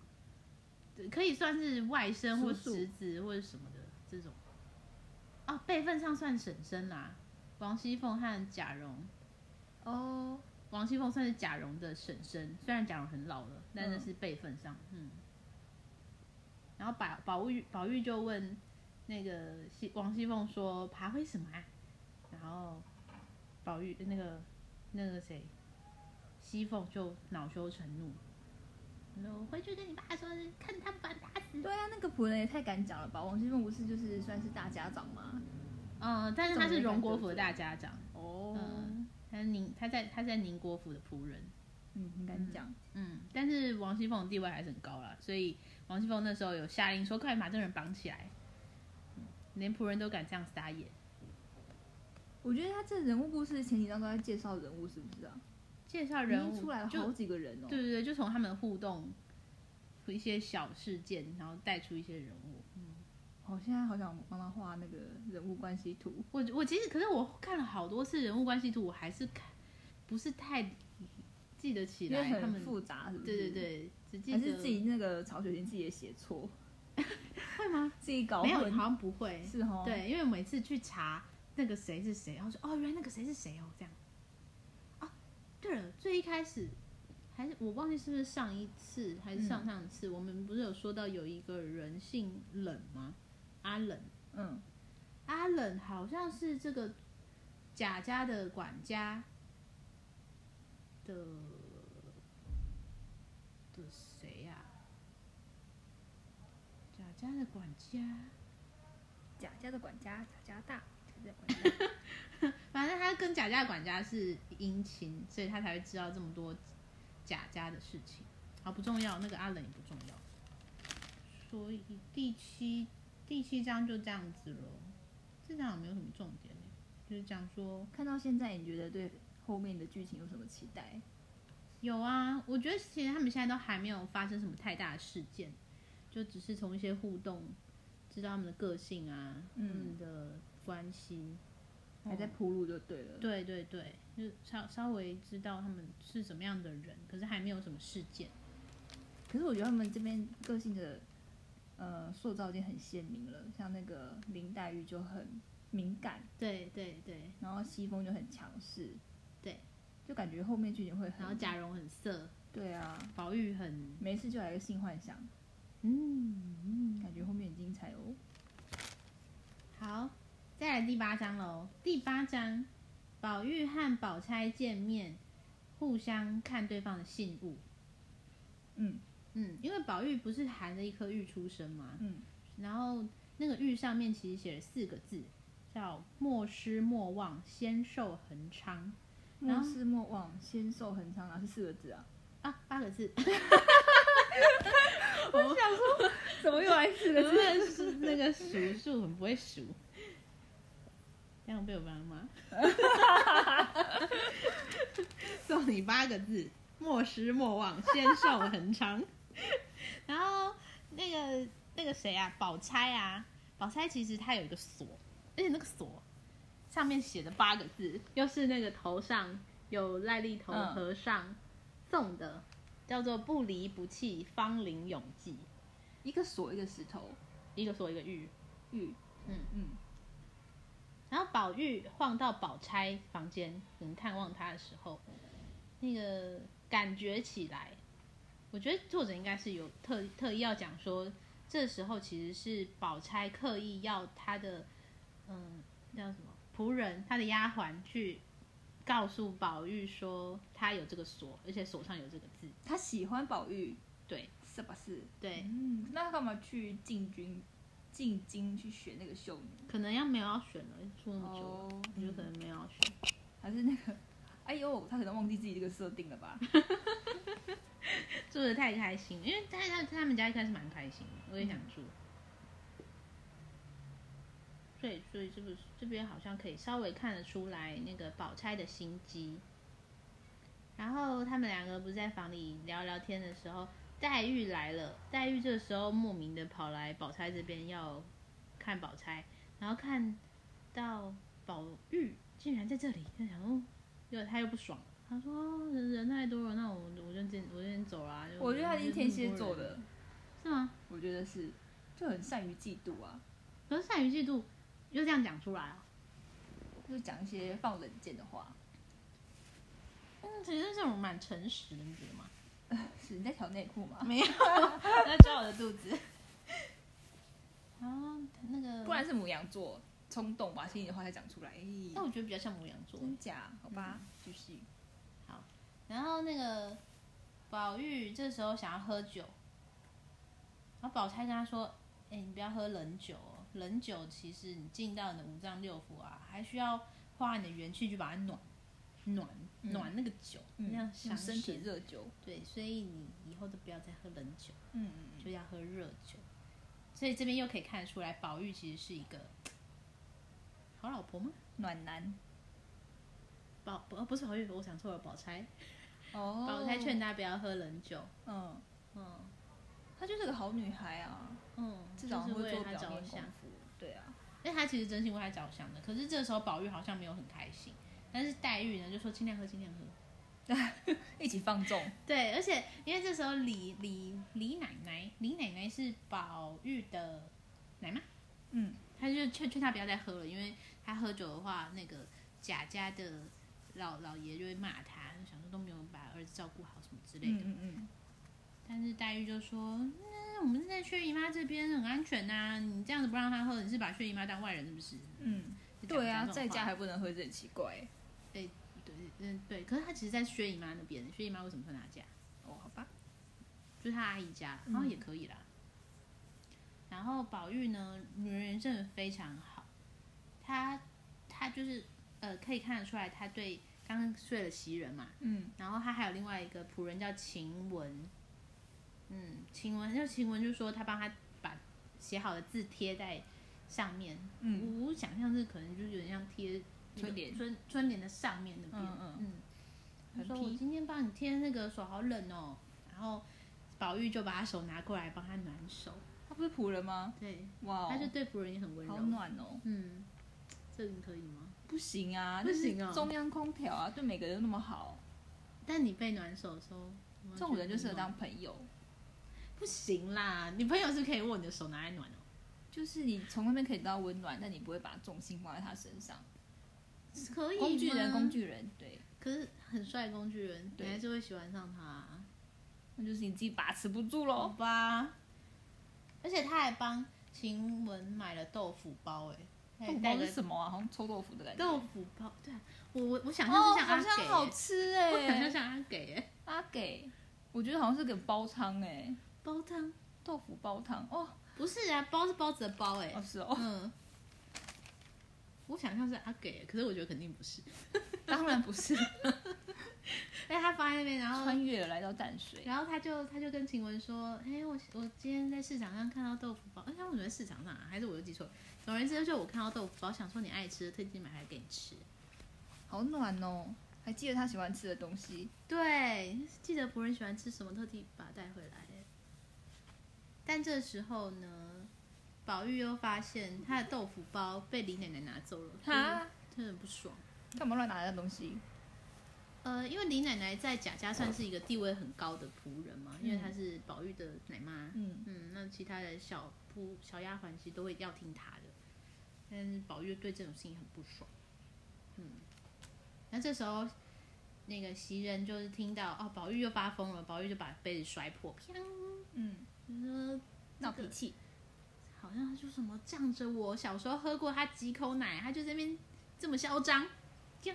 S1: 对可以算是外甥或
S3: 叔叔
S1: 侄子或者什么的这种。哦，辈分上算婶婶啦，王熙凤和贾蓉。
S3: 哦，
S1: 王熙凤算是贾蓉的婶婶，虽然贾蓉很老了，但那
S3: 嗯
S1: 是辈分上，嗯。然后宝宝玉宝玉就问那个熙王熙凤说：“爬灰什么啊？”然后宝玉那个那个谁，熙凤就恼羞成怒，然后回去跟你爸说，看他不把你打死。
S3: 对啊，那个仆人也太敢讲了吧？王熙凤不是就是算是大家长吗？
S1: 嗯，但是他
S3: 这种
S1: 是
S3: 人
S1: 荣国
S3: 敢
S1: 府的
S3: 得罪
S1: 大家长，
S3: 哦，
S1: 嗯他是宁他在他在宁国府的仆人。
S3: 嗯，很敢讲，
S1: 嗯，但是王熙凤的地位还是很高啦，所以王熙凤那时候有下令说，快点把这个人绑起来，嗯连仆人都敢这样撒野。
S3: 我觉得他这人物故事前几章都在介绍人物，是不是啊？
S1: 介绍人
S3: 已经
S1: 物
S3: 出来了
S1: 就
S3: 好几个人哦。
S1: 对对对，就从他们的互动一些小事件，然后带出一些人物。嗯
S3: 我哦现在好想帮他画那个人物关系图，
S1: 我我其实可是我看了好多次人物关系图，我还是看不是太记得起
S3: 因为
S1: 来他
S3: 很
S1: 们。
S3: 复杂，是不
S1: 对
S3: 是？
S1: 对。对，只记
S3: 还
S1: 得
S3: 是自己那个曹雪芹自己也写错，
S1: 会吗？
S3: 自己搞
S1: 没有，
S3: 混
S1: 好像不会。
S3: 是哦，，
S1: 对，因为每次去查那个谁是谁，然后说哦，原来那个谁是谁哦，这样。哦，对了，最一开始还是我忘记是不是上一次还是上上次，我们不是有说到有一个人姓冷吗？阿冷，
S3: 嗯，
S1: 阿冷好像是这个贾家的管家的的谁呀、贾家的管家。
S3: 贾家的管家贾家大，贾家的 管家
S1: 反正他跟贾家的管家是姻亲，所以他才会知道这么多贾家的事情。好，不重要，那个阿冷也不重要。所以第七第七章就这样子了，这章也没有什么重点欸就是讲说
S3: 看到现在，你觉得对后面的剧情有什么期待？
S1: 有啊，我觉得其实他们现在都还没有发生什么太大的事件，就只是从一些互动知道他们的个性啊，
S3: 嗯
S1: 他们的关系。
S3: 还
S1: 哦
S3: 在铺路就对了。
S1: 对对对，就稍稍微知道他们是什么样的人，可是还没有什么事件。
S3: 可是我觉得他们这边个性的呃塑造已经很鲜明了，像那个林黛玉就很敏感，
S1: 对对对，
S3: 然后西风就很强势，
S1: 对，
S3: 就感觉后面剧情会很。
S1: 然后贾蓉很色，
S3: 对啊，
S1: 宝玉很
S3: 没事就来个性幻想，
S1: 嗯
S3: 感觉后面很精彩哦。
S1: 好，再来第八章喽。第八章，宝玉和宝钗见面，互相看对方的信物。
S3: 嗯
S1: 嗯，因为宝玉不是含着一颗玉出生吗？
S3: 嗯，
S1: 然后那个玉上面其实写了四个字，叫“莫失莫忘，仙寿恒昌然
S3: 莫
S1: 后
S3: 失莫忘，仙寿恒昌啊，是四个字啊。”
S1: 啊，八个字。
S3: 怎么又来四
S1: 可？是是那个数数很不会数，这样被我妈妈 送你八个字：莫失莫忘，仙寿恒昌。 然后那个那个谁啊，宝钗啊，宝钗其实她有一个锁，而且那个锁上面写的八个字，又是那个头上有癞痢头
S3: 嗯
S1: 和尚送的，叫做“不离不弃，芳龄永继
S3: 一个锁，一个石头，”，
S1: 一个锁一个玉。
S3: 玉。
S1: 嗯
S3: 嗯，
S1: 然后宝玉晃到宝钗房间，可能探望她的时候，那个感觉起来，我觉得作者应该是有特特意要讲说，这时候其实是宝钗刻意要她的，嗯，叫什么仆人，她的丫鬟去告诉宝玉说，她有这个锁，而且锁上有这个字。
S3: 他喜欢宝玉，
S1: 对
S3: 是不是？
S1: 对，
S3: 嗯，那他干嘛去进军进京去学那个秀女？
S1: 可能要没有要选了，出那么久了，
S3: 哦
S1: 我觉得可能没有要选。
S3: 还是那 个？哎呦，他可能忘记自己这个设定了吧？
S1: 住的太开心，因为在他他们家一开始蛮开心的，我也想住。所以，所以这个这边好像可以稍微看得出来那个宝钗的心机。然后他们两个不是在房里聊聊天的时候，黛玉来了。黛玉这时候莫名的跑来宝钗这边要看宝钗，然后看到宝玉竟然在这里，就想哦，又他又不爽了，他说哦人人太多了，那我我就先我就先走啦。就
S3: 我觉得他已经天蝎
S1: 就那
S3: 座，
S1: 么多
S3: 的
S1: 人，是吗？
S3: 我觉得是，就很善于嫉妒啊，
S1: 可是善于嫉妒又这样讲出来啊，
S3: 就讲一些放冷箭的 话。
S1: 嗯，其实这种蛮诚实的，你觉得吗？
S3: 是你在调内裤吗？
S1: 没有，在抓我的肚子。 然后那个，
S3: 不然是母羊座冲动把心里的话再讲出来。
S1: 那
S3: 哎，
S1: 我觉得比较像母羊座。
S3: 真假？好吧，
S1: 嗯
S3: 继续。
S1: 然后那个宝玉这时候想要喝酒，然后宝钗跟他说：“哎、你不要喝冷酒哦，冷酒其实你进到你的五脏六腑啊，还需要花你的元气去把它暖暖
S3: 嗯
S1: 暖那个酒，
S3: 嗯
S1: 那样伤
S3: 用身体
S1: 神
S3: 热灸。
S1: 对，所以你以后都不要再喝冷酒。”
S3: 嗯嗯嗯。
S1: 就要喝热酒。所以这边又可以看得出来，宝玉其实是一个好老婆吗？
S3: 暖男
S1: 宝不不是宝玉，我想错了，宝钗。
S3: 哦
S1: 宝钗劝，他不要喝冷酒。
S3: 嗯，
S1: 嗯
S3: 她就是个好女孩啊，
S1: 嗯，
S3: 至少
S1: 就是
S3: 会
S1: 为了
S3: 做
S1: 他
S3: 表
S1: 着
S3: 面功
S1: 想。
S3: 夫。对啊，
S1: 因为他其实真心为他着想的，可是这时候宝玉好像没有很开心。但是黛玉呢，就说尽量喝，尽量喝。嗯
S3: 一起放纵。
S1: 对，而且因为这时候李李李奶奶，李奶奶是宝玉的奶妈，
S3: 嗯，
S1: 他就劝劝他不要再喝了，因为他喝酒的话，那个贾家的老老爷就会骂他，就想说都没有把儿子照顾好什么之类
S3: 嗯
S1: 的。
S3: 嗯嗯，
S1: 但是黛玉就说：“那、我们是在薛姨妈这边很安全呐、你这样子不让他喝，你是把薛姨妈当外人是不是
S3: 嗯，？”
S1: 就讲
S3: 对啊，
S1: 讲这
S3: 在
S1: 种话
S3: 家还不能喝，这很奇怪。
S1: 对嗯对，可是他其实，在薛姨妈那边，薛姨妈为什么会拿家？
S3: 哦，好吧，
S1: 就是他阿姨家，
S3: 嗯
S1: 然后也可以啦。然后宝玉呢，女人真的非常好，她她就是呃，可以看得出来，她对刚刚睡了袭人嘛，
S3: 嗯，
S1: 然后她还有另外一个仆人叫晴雯，嗯，晴雯就晴雯就说她帮她把写好的字贴在上面，
S3: 嗯
S1: 我我想象是可能就是有点像贴那个
S3: 春联
S1: 春春联的上面那边，
S3: 嗯嗯
S1: 嗯他
S3: 很
S1: 说我
S3: 皮
S1: 今天帮你贴那个手好冷哦，然后宝玉就把他手拿过来帮他暖手，
S3: 他不是仆人吗？
S1: 对，
S3: 哇
S1: 他就
S3: 哦，
S1: 对仆人也很温柔
S3: 好，暖哦。
S1: 嗯，这你可以吗？
S3: 不行啊，
S1: 不行
S3: 那
S1: 哦
S3: 是中央空调啊，对每个人都那么好，
S1: 但你被暖手的时候，有没有
S3: 这种
S1: 觉得
S3: 人就
S1: 很
S3: 适合
S1: 暖
S3: 当朋友。
S1: 不行啦，你朋友是可以握你的手拿来暖哦，
S3: 就是你从那边可以得到温暖，但你不会把重心放在他身上。
S1: 可以
S3: 工具人，
S1: 吗
S3: 工，具人，对，
S1: 可是很帅的工具人，你
S3: 对
S1: 还是会喜欢上他啊、
S3: 那就是你自己把持不住
S1: 好
S3: 喽。
S1: 吧。而且他还帮晴雯买了豆腐包、欸，哎，
S3: 豆包是什么啊？好像臭豆腐的感觉。
S1: 豆腐包，对啊，我我我想象
S3: 哦，
S1: 是像阿
S3: 好
S1: 给、欸
S3: 像好吃哎、
S1: 我想象像阿给、欸、
S3: 阿给，我觉得好像是个煲汤哎、
S1: 煲汤，
S3: 豆腐煲汤哦，
S1: 不是啊，包是包子的包哎、
S3: 哦是哦，
S1: 嗯，我想象是阿给，欸可是我觉得肯定不是。
S3: 当然不是，
S1: 哎，他放在那边，然后
S3: 穿越了来到淡水，
S1: 然后他就他就跟晴雯说，哎，我我今天在市场上看到豆腐包，哎，他为什么在市场上啊？还是我又记错了？总而言之，就是我看到豆腐包，想说你爱吃，特地买来给你吃。
S3: 好暖哦，还记得他喜欢吃的东西，
S1: 对，记得仆人喜欢吃什么，特地把它带回来。但这时候呢，宝玉又发现他的豆腐包被李奶奶拿走了，
S3: 哈，
S1: 真的很不爽。
S3: 干嘛乱拿人家东西？
S1: 呃，因为李奶奶在贾家算是一个地位很高的仆人嘛，因为她是宝玉的奶妈，
S3: 嗯，
S1: 嗯，那其他的小仆小丫鬟其实都会要听她的，但是宝玉对这种事情很不爽，嗯，那这时候那个袭人就是听到哦，宝玉又发疯了，宝玉就把杯子摔破，啪，
S3: 嗯，
S1: 就说
S3: 闹脾气，
S1: 好像他说什么仗着我小时候喝过他几口奶，他就在那边这么嚣张，将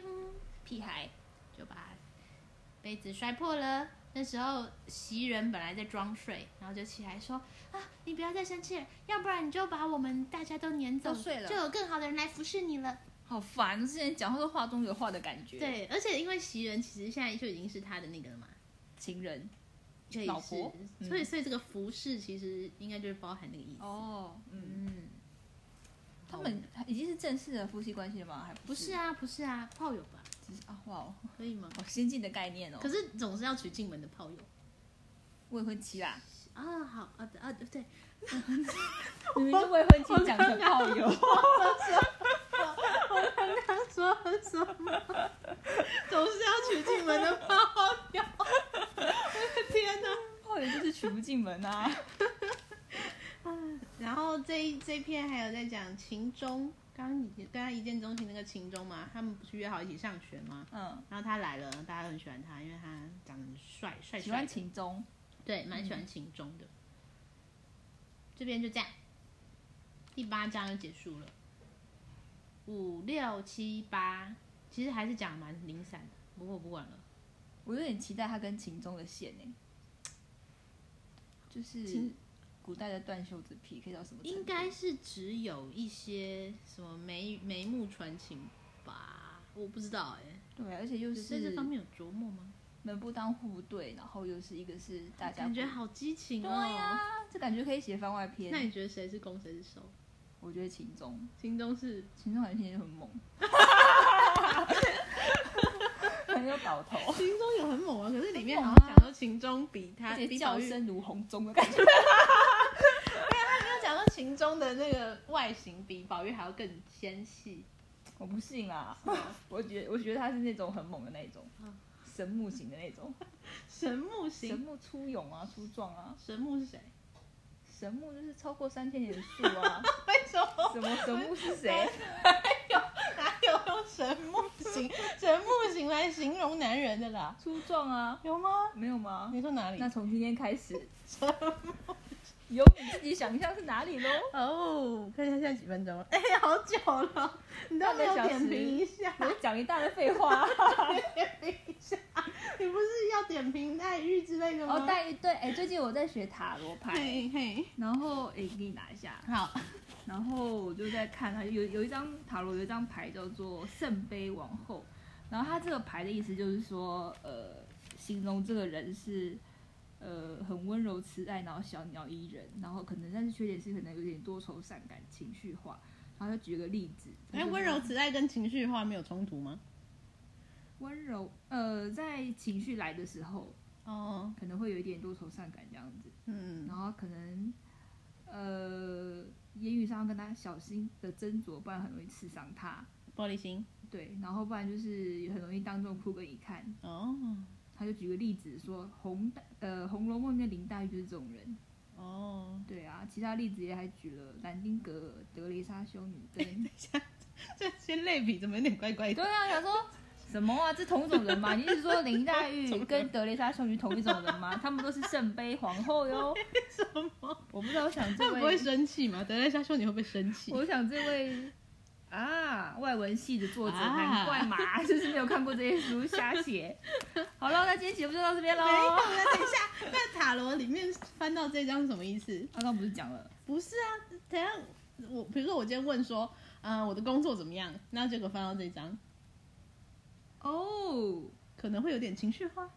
S1: 屁孩就把杯子摔破了。那时候袭人本来在装睡，然后就起来说：“啊，你不要再生气了，要不然你就把我们大家都撵走，
S3: 都睡了
S1: 就有更好的人来服侍你了。
S3: 好烦，之前讲话都话中有话的感”觉，，
S1: 对，而且因为袭人其实现在就已经是他的那个了嘛，
S3: 情人，
S1: 可以
S3: 老
S1: 是
S3: 婆，
S1: 所以所以这个服侍其实应该就是包含那个意思。
S3: 哦，嗯，
S1: 嗯，
S3: 他们已经是正式的夫妻关系了吗？还
S1: 不是，啊，不是啊，炮友吧？
S3: 只是啊，哇哦，
S1: 可以吗？
S3: 好先进的概念哦，
S1: 可是总是要娶进门的炮友
S3: 未婚妻啦，
S1: 啊，好啊啊，对，
S3: 明明是未婚妻讲成炮友，
S1: 他说什 么？总是要娶进门的炮友，我的天哪！
S3: 炮友就是娶不进门啊，
S1: 然后这一这一篇还有在讲秦钟，刚刚你刚刚一见钟情那个秦钟嘛，他们不是约好一起上学吗？
S3: 嗯，
S1: 然后他来了，大家都很喜欢他，因为他长得很帅，帅帅的
S3: 喜欢秦钟，
S1: 对，蛮喜欢秦钟的。嗯这边就这样，第八章就结束了。五六七八，其实还是讲得蛮零散的，不过我不管了。
S3: 我有点期待他跟秦钟的线呢，就是
S1: 秦
S3: 古代的断袖子皮，可以到什么程度？
S1: 应该是只有一些什么眉眉目传情吧，我不知道哎、
S3: 对，啊而且又
S1: 有在
S3: 是
S1: 这方面有琢磨吗？
S3: 门不当户不对，然后又是一个是大家
S1: 感觉
S3: 不
S1: 好激情
S3: 对
S1: 哦。
S3: 呀、这感觉可以写番外篇。
S1: 那你觉得谁是攻谁是受？
S3: 我觉得秦钟，
S1: 秦钟是
S3: 秦钟感觉现在就很 猛， 很有搞头，
S1: 秦钟有很猛啊，可是里面
S3: 很
S1: 好
S3: 猛
S1: 像
S3: 啊
S1: 讲说秦钟比他
S3: 而且
S1: 比
S3: 叫
S1: 宝玉
S3: 声如洪钟 的感觉。
S1: 他讲到秦钟的那个外形比宝玉还要更纤细，
S3: 我不信 啊，我觉得我觉得他是那种很猛的那种
S1: 嗯，
S3: 神木型的那种，
S1: 神木
S3: 神
S1: 型。
S3: 木出勇啊，出壮啊，
S1: 神木是谁？
S3: 神木就是超过三千里的树 啊，
S1: 为什么
S3: 什么神木是谁？
S1: 哪有用神木 型、神木型来形容男人的啦？
S3: 出壮啊，
S1: 有吗？
S3: 没有吗？
S1: 你说哪里
S3: 那？从今天开始，
S1: 神木
S3: 由你自己想象是哪 里喽。
S1: 哦，看一下现在几分钟了？ 哎、好久 了，你都没有
S3: 半个小
S1: 点
S3: 时
S1: 评一下，
S3: 我讲一大堆废话。
S1: 点评一下，你不是要点评黛玉之类的吗？
S3: 哦，黛玉对，哎，最近我在学塔罗牌，
S1: 嘿嘿，
S3: 然后哎，给你拿一下。
S1: 好，
S3: 然后我就在看它，有有一张塔罗有一张牌叫做圣杯王后，然后它这个牌的意思就是说，呃，形容这个人是呃很温柔慈爱，然后小鸟依人，然后可能但是缺点是可能有点多愁善感、情绪化。然后就举个例子，
S1: 哎，温柔慈爱跟情绪化没有冲突吗？
S3: 温柔，呃，在情绪来的时候，
S1: 哦，
S3: 可能会有一点多愁善感这样子。
S1: 嗯
S3: 然后可能呃言语上要跟他小心的斟酌，不然很容易刺伤他。
S1: 玻璃心
S3: 对，然后不然就是很容易当众哭个一看。
S1: 哦
S3: 他就举个例子说，红黛呃《红楼梦》里面林黛玉就是这种人。
S1: 哦，
S3: 对啊，其他例子也还举了兰丁格尔、德雷莎修女跟。
S1: 这些类比怎么有点怪怪
S3: 对
S1: 的？
S3: 啊，想说什么啊？这同一种人吗？你是说林黛
S1: 同一
S3: 玉
S1: 种
S3: 跟德雷莎修女同一种人吗？他们都是圣杯皇后哟。
S1: 什么？
S3: 我不知道，我想
S1: 他
S3: 这
S1: 们
S3: 位
S1: 不会生气吗？德雷莎修女会不会生气？
S3: 我想这位啊，外文系的作者，
S1: 啊
S3: 难怪嘛， 就是没有看过这些书，瞎写。好了，那今天节目就到这边喽。
S1: 没有啊，等一下，那塔罗里面翻到这张是什么意思？
S3: 刚刚不是讲了，
S1: 不是啊，等一下我比如说我今天问说，嗯、我的工作怎么样？然后结果翻到这张，
S3: 哦
S1: 可能会有点情绪化。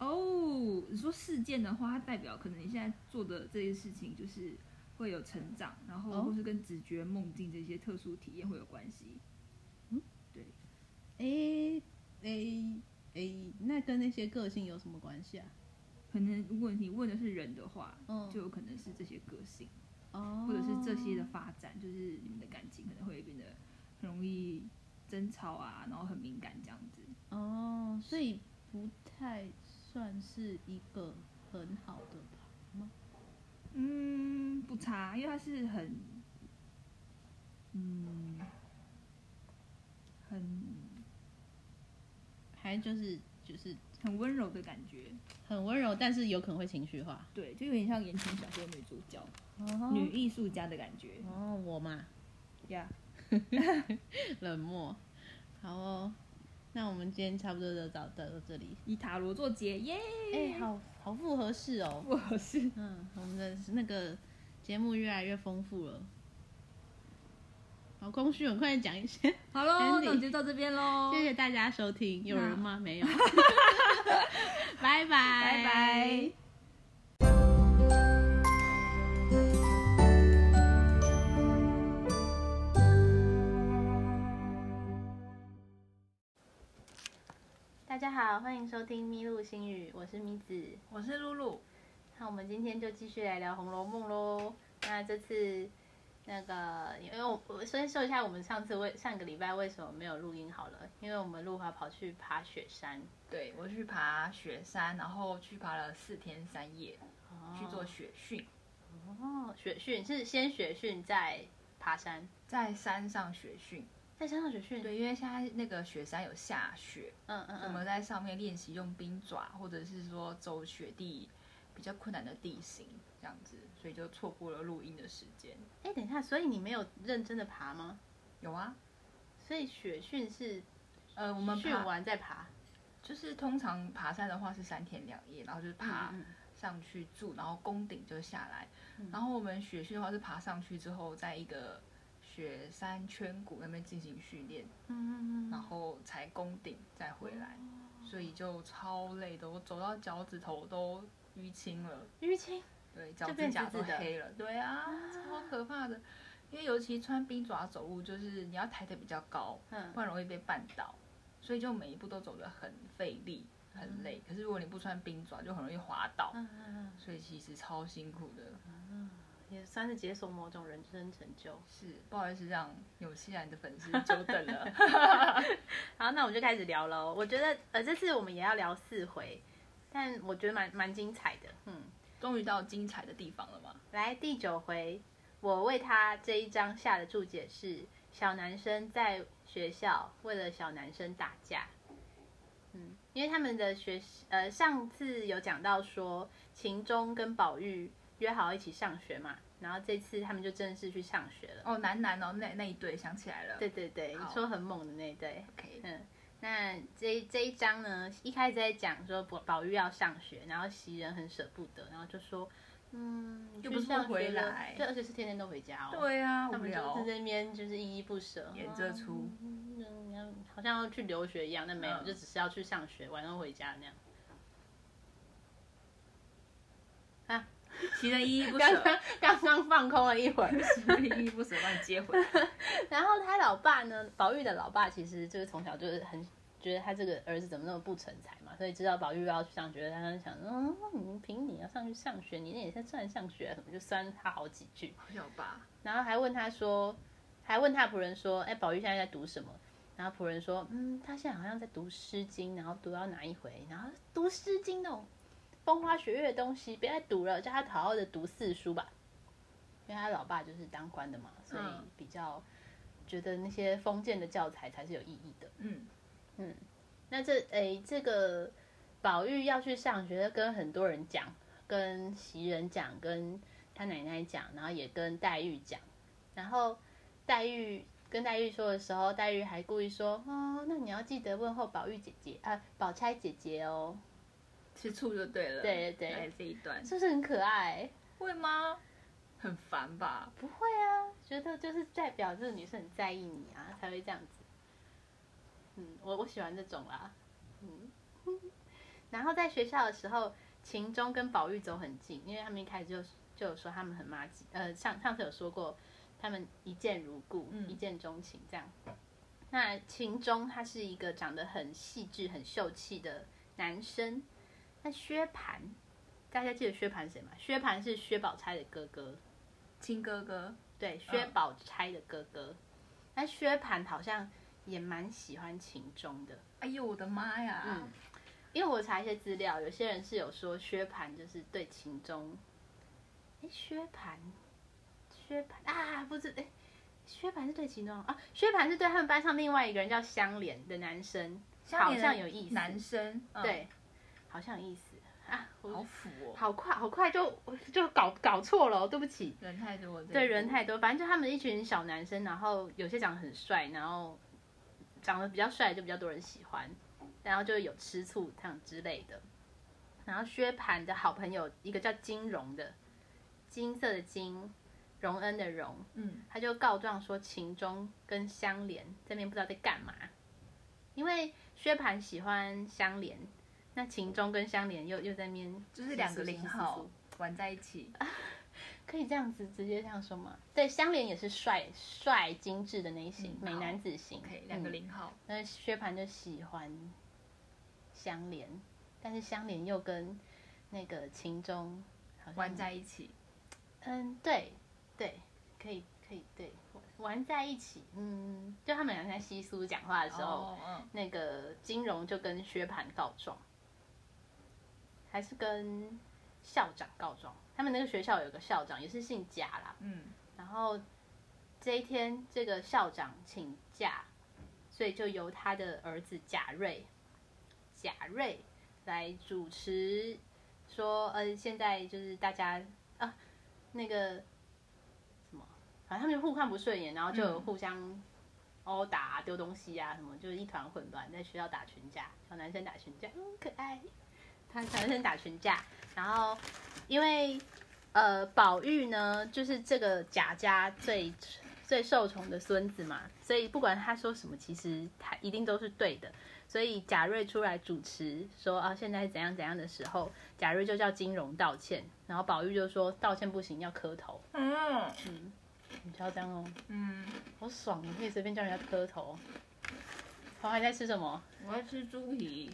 S3: 哦，你说事件的话，它代表可能你现在做的这些事情就是会有成长，然后
S1: 哦
S3: 或是跟直觉、梦境这些特殊体验会有关系。
S1: 诶诶诶，那跟那些个性有什么关系啊？
S3: 可能如果你问的是人的话，
S1: 嗯
S3: 就有可能是这些个性。
S1: 哦
S3: 或者是这些的发展，就是你们的感情可能会变得很容易争吵啊，然后很敏感这样子。
S1: 哦，所以不太算是一个很好的吧？
S3: 嗯，不差，因为它是很，嗯，很
S1: 还就是就是
S3: 很温柔的感觉。
S1: 很温柔，但是有可能会情绪化。
S3: 对，就有点像言情小说女主角、
S1: 哦
S3: 女艺术家的感觉
S1: 哦，我嘛，
S3: 呀。
S1: 冷漠。好哦，那我们今天差不多就到到这里。
S3: 以塔罗做结，耶！
S1: 哎、好好复合式哦。
S3: 我是
S1: 嗯，我们的那个节目越来越丰富了。好空虚哦，很快点讲一些。
S3: 好喽，
S1: Andy
S3: 那我们就到这边喽，
S1: 谢谢大家收听，有人吗？ 没有。拜拜，拜
S3: 拜拜。
S1: 大家好，欢迎收听《咪路星语》，我是咪子。
S3: 我是露露，
S1: 那我们今天就继续来聊《红楼梦》喽。那这次那个，因为我我先说一下我们上次为上个礼拜为什么没有录音好了，因为我们露华跑去爬雪山，
S4: 对，我去爬雪山，然后去爬了四天三夜，
S3: 哦
S4: 去做雪训，
S1: 哦，雪训是先雪训再爬山，
S4: 在山上雪训。
S1: 在山上雪训。
S4: 对，因为现在那个雪山有下雪，
S1: 嗯嗯
S4: 我
S1: 嗯。
S4: 们在上面练习用冰爪，或者是说走雪地比较困难的地形这样子，所以就错过了录音的时间。
S1: 哎，等一下，所以你没有认真的爬吗？
S4: 有啊，
S1: 所以雪训是
S4: 呃，我们
S1: 训
S4: 爬
S1: 完再爬。
S4: 就是通常爬山的话是三天两夜，然后就是爬
S1: 嗯嗯嗯
S4: 上去住，然后攻顶就下来。然后我们雪训的话是爬上去之后，在一个雪山圈谷那边进行训练，
S1: 嗯嗯哦
S4: 然后才攻顶再回来，所以就超累的，我走到脚趾头都淤青了，
S1: 嗯。淤青。
S4: 对，脚趾
S1: 变
S4: 甲
S1: 紫
S4: 都
S1: 紫的
S4: 黑了，对啊，超可怕的。因为尤其穿冰爪走路，就是你要抬得比较高，
S1: 嗯
S4: 不然容易被绊倒，所以就每一步都走得很费力、很累。可是如果你不穿冰爪，就很容易滑倒，
S1: 嗯嗯嗯，
S4: 所以其实超辛苦的。
S1: 也算是解锁某种人生成就。
S4: 是，不好意思让纽西兰的粉丝久等了。
S1: 好，那我们就开始聊喽。我觉得呃，这次我们也要聊四回，但我觉得蛮蛮精彩的。嗯，
S4: 终于到精彩的地方了吗？
S1: 来第九回，我为他这一章下的注解是：小男生在学校为了小男生打架。嗯，因为他们的学呃上次有讲到说，秦钟跟宝玉约好一起上学嘛，然后这次他们就正式去上学了。
S4: 哦，男男哦，那那一对想起来了。
S1: 对对对，你
S4: 好
S1: 说很猛的那一对。
S4: ，OK，
S1: 嗯，那这这一章呢，一开始在讲说宝宝玉要上学，然后袭人很舍不得，然后就说，嗯，你
S4: 又
S1: 去
S4: 不是
S1: 上
S4: 不回
S1: 学了
S4: 来
S1: 对，而且是天天都回家哦。，
S4: 对啊，无
S1: 他们
S4: 聊
S1: 就。在那边就是依依不舍，
S4: 沿着出
S1: 嗯，嗯好像要去留学一样，但没有，
S4: 嗯
S1: 就只是要去上学，晚上回家那样。
S3: 骑 了依依不
S1: 刚
S3: 舍，
S1: 刚刚刚放空了一会儿，
S4: 依依不舍把你接回来。
S1: 然后他老爸呢，宝玉的老爸其实就是从小就是很觉得他这个儿子怎么那么不成才嘛，所以知道宝玉要去上学，他就想，嗯，你凭你要上去上学，你那也是算上学啊什么，就酸他好几句，
S4: 有吧？
S1: 然后还问他说，还问他仆人说，哎，宝玉现在在读什么？然后仆人说，嗯，他现在好像在读《诗经》，然后读到哪一回？然后读《诗经》那种风花雪月的东西，别再读了，叫他好好的读四书吧。因为他老爸就是当官的嘛，所以
S4: 嗯
S1: 比较觉得那些封建的教材才是有意义的。
S4: 嗯，
S1: 那这诶，这个宝玉要去上学，跟很多人讲，跟袭人讲，跟他奶奶讲，然后也跟黛玉讲。然后黛玉跟黛玉说的时候，黛玉还故意说：“哦，那你要记得问候宝玉姐姐啊，宝钗姐姐哦。
S3: 吃醋就对了。
S1: 对对对
S3: 来这一”段
S1: 是不是很可爱？
S3: 会吗？很烦吧？
S1: 不会啊，觉得就是代表这个女生很在意你啊，才会这样子。嗯，我我喜欢这种啦。嗯， 然后在学校的时候，秦钟跟宝玉走很近，因为他们一开始就就有说他们很默契，呃，上上次有说过他们一见如故，
S3: 嗯
S1: 一见钟情这样。那秦钟他是一个长得很细致、很秀气的男生，那薛蟠，大家记得薛蟠是谁吗？薛蟠是薛宝钗的哥哥。
S3: 亲哥哥，
S1: 对，薛
S3: 嗯
S1: 宝钗的哥哥。那、薛蟠好像也蛮喜欢秦钟的，
S3: 哎呦我的妈呀！
S1: 嗯因为我查一些资料，有些人是有说薛蟠就是对秦钟，哎，薛蟠，薛蟠啊，不是，哎，薛蟠是对秦钟啊，薛蟠是对他们班上另外一个人叫香莲的男生，
S3: 像
S1: 好
S3: 你的
S1: 像有意思，
S3: 男生、嗯
S1: 对，，好像有意思啊，我
S3: 好腐哦，
S1: 好快，好快就就搞搞错了哦，对不起。
S3: 人太多了这一部，
S1: 对，人太多，反正就他们一群小男生，然后有些长得很帅，然后长得比较帅就比较多人喜欢，然后就有吃醋这样之类的。然后薛蟠的好朋友一个叫金荣的，金色的金，荣恩的荣，
S3: 嗯，
S1: 他就告状说秦钟跟香莲这边不知道在干嘛，因为薛蟠喜欢香莲，那秦钟跟香莲又又在那边
S3: 就是两个
S1: 窸窣
S3: 零
S1: 窸窣
S3: 号玩在一起，
S1: 啊可以这样子直接这样说吗？对，香莲也是帅帅精致的那一型、
S3: 嗯
S1: 美
S3: 好
S1: 男子型。
S3: OK，两个
S1: 嗯
S3: 零号，
S1: 那薛蟠就喜欢香莲，但是香莲又跟那个秦钟好像
S3: 玩在一起，
S1: 嗯，对对，可以可以对玩玩在一起。嗯，就他们俩在西苏讲话的时候，
S3: 哦，嗯，
S1: 那个金融就跟薛蟠告状，还是跟校长告状。他们那个学校有个校长也是姓贾啦，
S3: 嗯，
S1: 然后这一天，这个校长请假，所以就由他的儿子贾瑞，贾瑞来主持，说，呃，现在就是大家啊，那个什么，反正他们就互看不顺眼，然后就有
S3: 嗯
S1: 互相殴打啊、丢东西啊，什么，就是一团混乱，在学校打群架，小男生打群架，嗯，可爱。他小男生打群架，然后因为呃，宝玉呢，就是这个贾家最最受宠的孙子嘛，所以不管他说什么，其实他一定都是对的。所以贾瑞出来主持说啊，现在是怎样怎样的时候，贾瑞就叫金荣道歉，然后宝玉就说道歉不行，要磕头。
S3: 嗯
S1: 嗯，很嚣张哦，
S3: 嗯，
S1: 好爽，哦你可以随便叫人家磕头。黄海在吃什么？
S5: 我要吃猪皮，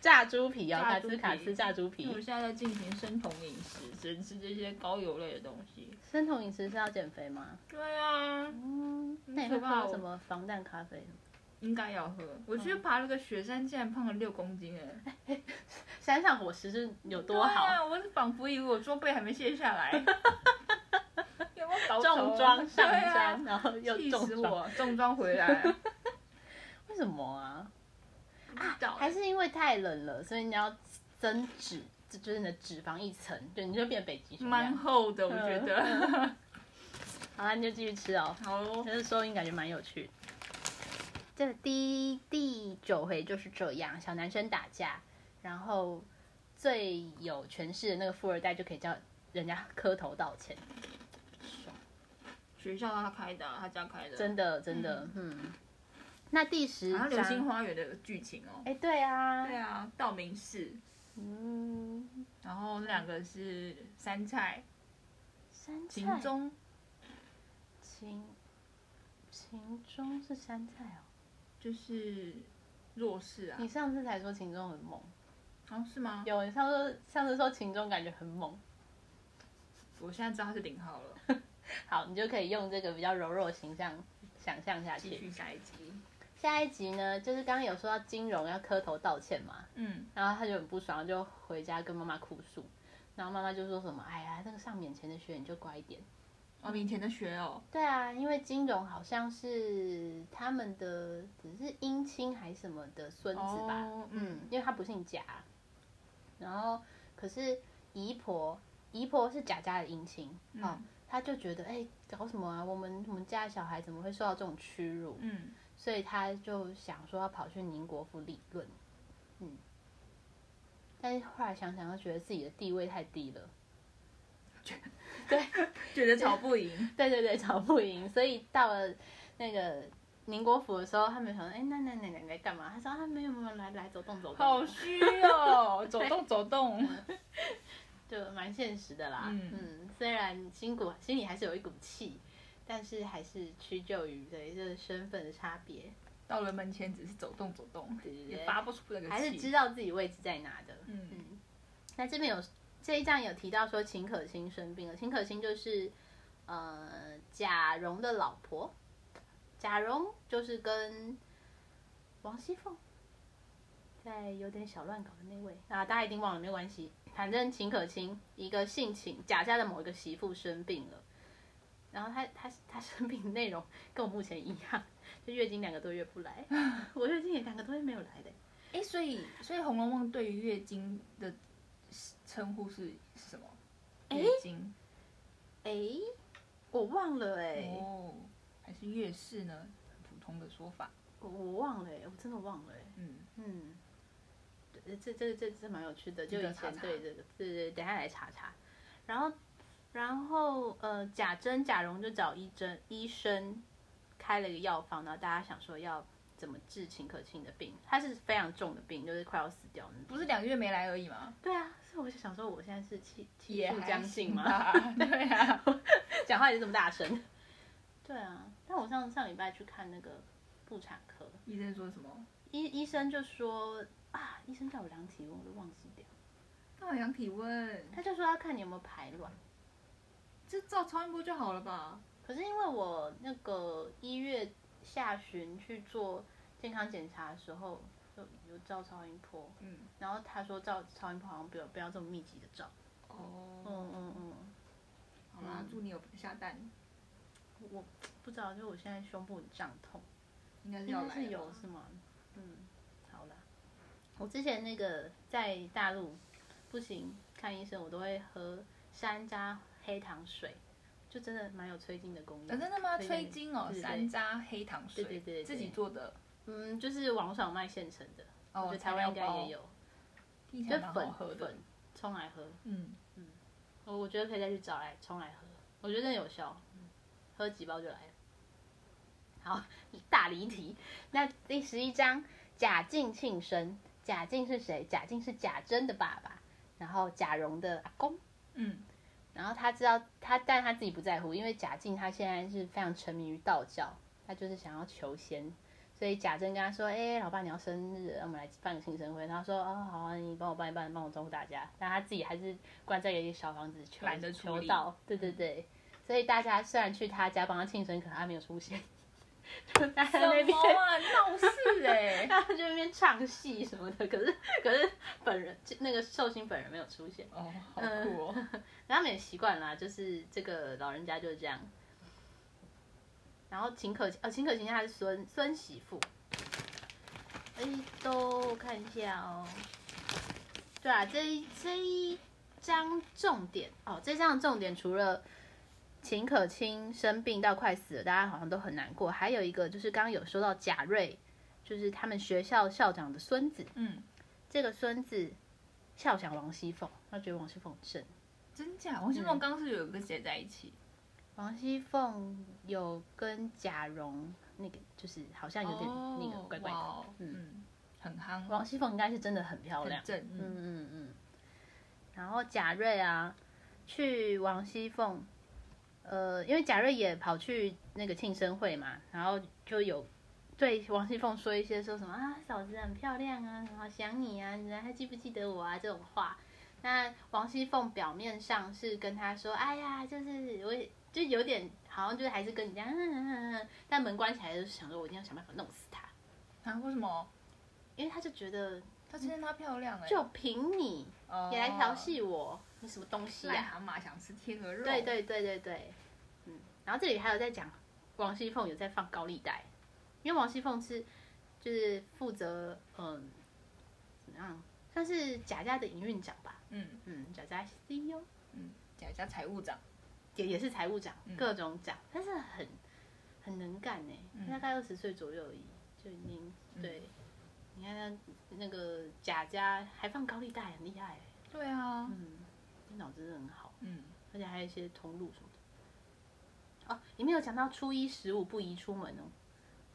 S1: 炸猪皮哦，卡
S5: 炸猪
S1: 斯
S5: 皮
S1: 卡斯炸猪皮
S5: 因为
S3: 嗯
S5: 我。现在在进行生酮饮食，只能吃这些高油类的东西。
S1: 生酮饮食是要减肥吗？
S5: 对啊，
S1: 嗯，那你会
S5: 可怕
S1: 喝
S5: 哦
S1: 什么防弹咖啡？
S5: 应该要喝。
S3: 我
S1: 嗯
S3: 去爬了个雪山，竟然胖了六公斤哎、
S1: 山上伙食是有多好？
S3: 对啊！我是仿佛以为我装备还没卸下 来，有没有搞
S1: 重
S3: 头啊
S1: 装上
S3: 对
S1: 山，
S3: 啊
S1: 然后又
S3: 气
S1: 重
S3: 死
S1: 装，
S3: 我！重装回来，
S1: 为什么啊？
S3: 啊
S1: 还是因为太冷了，所以你要增脂，这就是你的脂肪一层，对，你就变北极熊那
S3: 蛮
S1: 样。
S3: 厚的，我觉 得。
S1: 好啦，你就继续吃哦。
S3: 好哦，
S1: 但是收音感觉蛮有趣的。这第一第九回就是这样，小男生打架，然后最有权势的那个富二代就可以叫人家磕头道歉，
S5: 学校他开的啊，他家开的。
S1: 真的真的，嗯。那第十
S3: 好像《
S1: 章，
S3: 流星花园》的剧情哦。
S1: 哎，对啊，
S3: 对啊，道明寺，
S1: 嗯，
S3: 然后那两个是山菜、
S1: 山
S3: 秦
S1: 菜，
S3: 钟，
S1: 秦秦钟是山菜哦。
S3: 就是弱势啊
S1: 你。上次才说秦钟很猛，
S3: 哦，是吗？
S1: 有你上次上次说秦钟感觉很猛，
S3: 我现在知道他是零号了。
S1: 好，你就可以用这个比较柔弱的形象想象下
S3: 继
S1: 去。
S3: 续下一集。
S1: 下一集呢，就是刚刚有说到金融要磕头道歉嘛，
S3: 嗯，
S1: 然后他就很不爽，就回家跟妈妈哭诉，然后妈妈就说什么，哎呀，那个上免钱的学你就乖一点。
S3: 哦，明天的学哦，
S1: 对啊，因为金融好像是他们的只是姻亲还是什么的孙子吧，
S3: 哦
S1: 嗯
S3: 嗯，
S1: 因为他不姓贾，然后可是姨婆，姨婆是贾家的姻亲，
S3: 嗯
S1: 哦，他就觉得哎、搞什么啊？我们我们家小孩怎么会受到这种屈辱？
S3: 嗯，
S1: 所以他就想说要跑去宁国府理论，嗯，但是后来想想又觉得自己的地位太低了，
S3: 觉得吵不赢，
S1: 对对对，吵不赢，所以到了那个宁国府的时候，他们想说，哎，那那那奶奶干嘛？他说啊，没有没有，来来走动走动，
S3: 好虚哦，走动走动，
S1: 就蛮现实的啦。
S3: 嗯
S1: 嗯虽然心骨心里还是有一股气，但是还是屈就于对这个身份的差别，
S3: 到了门前只是走动走动，
S1: 对对
S3: 也
S1: 对，
S3: 发不出那个气，
S1: 还是知道自己位置在哪的。
S3: 嗯，
S1: 嗯，那这边有这一站有提到说秦可卿生病了，秦可卿就是呃贾蓉的老婆，贾蓉就是跟王熙凤在有点小乱搞的那位啊，大家一定忘了没关系，反正秦可卿一个姓秦贾家的某一个媳妇生病了。然后她她她生病的内容跟我目前一样，就月经两个多月不来， 我月经也两个多月没有来的，
S3: 哎，所以所以《红楼梦》对于月经的称呼是是什么？
S1: 诶
S3: 月经
S1: 诶，哎我忘了哎诶。
S3: 哦，还是月事呢？很普通的说法，
S1: 我我忘了、欸，我真的忘了、欸，
S3: 嗯，
S1: 嗯，对这这这这蛮有趣的，就
S3: 值得
S1: 以前
S3: 查查
S1: 对这个，对对，等一下来查查。然后，然后呃，贾珍、贾蓉就找医生医生开了一个药方，然后大家想说要怎么治秦可卿的病，他是非常重的病，就是快要死掉那种。
S3: 不是两个月没来而已吗？
S1: 对啊，所以我就想说，我现在是气气
S3: 也
S1: 数
S3: 还
S1: 将
S3: 行
S1: 近嘛，
S3: 吧？对啊，
S1: 讲话也是这么大声。对啊，但我上上礼拜去看那个妇产科，
S3: 医生说什么？
S1: 医医生就说啊，医生叫我量体温，我都忘记掉。
S3: 那我量体温，
S1: 他就说要看你有没有排卵，
S3: 这照超音波就好了吧？
S1: 可是因为我那个一月下旬去做健康检查的时候，有有照超音波，
S3: 嗯，
S1: 然后他说照超音波好像不要不要这么密集的照。
S3: 哦，
S1: 嗯嗯嗯，
S3: 好啦，祝你有下蛋，
S1: 我我不知道，就我现在胸部很胀痛，
S3: 应该是
S1: 应
S3: 要
S1: 该
S3: 来
S1: 是
S3: 了
S1: 有
S3: 吧
S1: 哎是吗？嗯，好啦，我之前那个在大陆不行看医生，我都会喝山楂黑糖水，就真的蛮有催经的功
S3: 啊
S1: 能。
S3: 真的吗？
S1: 推荐
S3: 吹
S1: 你
S3: 金哦，
S1: 对对
S3: 山楂黑糖水，
S1: 对对对对
S3: 自己做的
S1: 嗯，就是网上卖现成的，我觉
S3: 哦，
S1: 得台湾应该也
S3: 有，
S1: 有，
S3: 听起
S1: 就
S3: 来蛮好
S1: 粉
S3: 喝的
S1: 粉，冲来喝，
S3: 嗯，
S1: 我我觉得可以再去找来冲来喝，我觉得真的有效，嗯喝几包就来了。好，大离题。那第十一章贾敬庆生，贾敬是谁？贾敬是贾珍的爸爸，然后贾蓉的阿公。
S3: 嗯，
S1: 然后他知道他，但他自己不在乎，因为贾敬他现在是非常沉迷于道教，他就是想要求仙。所以贾珍跟他说：“哎、老爸，你要生日，我们来办个庆生会。”他说：“哦，好啊，你帮我办一办，帮我招呼大家。”但他自己还是关在一个小房子求
S3: 懒得处
S1: 求
S3: 理嗯
S1: 道。对对对，所以大家虽然去他家帮他庆生，可他没有出现，就待在那
S3: 什
S1: 边
S3: 么啊，闹事 哎，
S1: 他就在那边唱戏什么的。可是可是本人那个寿星本人没有出现。
S3: 哦，好酷哦，
S1: 然后他们也习惯啦，就是这个老人家就是这样。然后秦可呃，秦可卿她是孙孙媳妇，哎，都我看一下哦。对啊，这一这一章重点哦，这章的重点除了秦可卿生病到快死了，大家好像都很难过，还有一个就是刚刚有说到贾瑞，就是他们学校校长的孙子，
S3: 嗯，
S1: 这个孙子笑想王熙凤，他觉得王熙凤很正。
S3: 真假？王心梦刚是有跟谁在一起？
S1: 王熙凤有跟贾蓉那个，就是好像有点那个怪怪的。
S3: 哦哇哦嗯，很夯，
S1: 王熙凤应该是真的很漂亮
S3: 很，正，
S1: 嗯
S3: 嗯，
S1: 嗯嗯。然后贾瑞啊，去王熙凤，呃，因为贾瑞也跑去那个庆生会嘛，然后就有对王熙凤说一些说什么啊，嫂子很漂亮啊，好想你啊，你还记不记得我啊这种话。那王熙凤表面上是跟他说，哎呀，就是我也就有点好像就是还是跟你这样，嗯嗯嗯嗯，但门关起来就是想说，我一定要想办法弄死他，
S3: 啊，为什么？
S1: 因为他就觉得
S3: 她称赞她漂亮哎，
S1: 就凭你
S3: 哦
S1: 也来调，戏我，你什么东西啊
S3: 癞
S1: 呀、
S3: 蛤蟆哦想吃天鹅肉，
S1: 对，对对对对，嗯，然后这里还有在讲王熙凤有在放高利贷，因为王熙凤是就是负责嗯怎么样，算是贾家的营运长吧，
S3: 嗯
S1: 嗯，贾家 CEO，
S3: 嗯，贾家财务长，
S1: 也也是财务长，
S3: 嗯
S1: 各种长，但是很很能干哎、
S3: 嗯
S1: 他大概二十岁左右而已，就已经
S3: 嗯
S1: 对。你看他那个贾家还放高利贷，很厉害、欸，
S3: 对啊，
S1: 嗯，脑子真的很好，
S3: 嗯，
S1: 而且还有一些通路什么的。哦，里面有讲到初一十五不宜出门哦，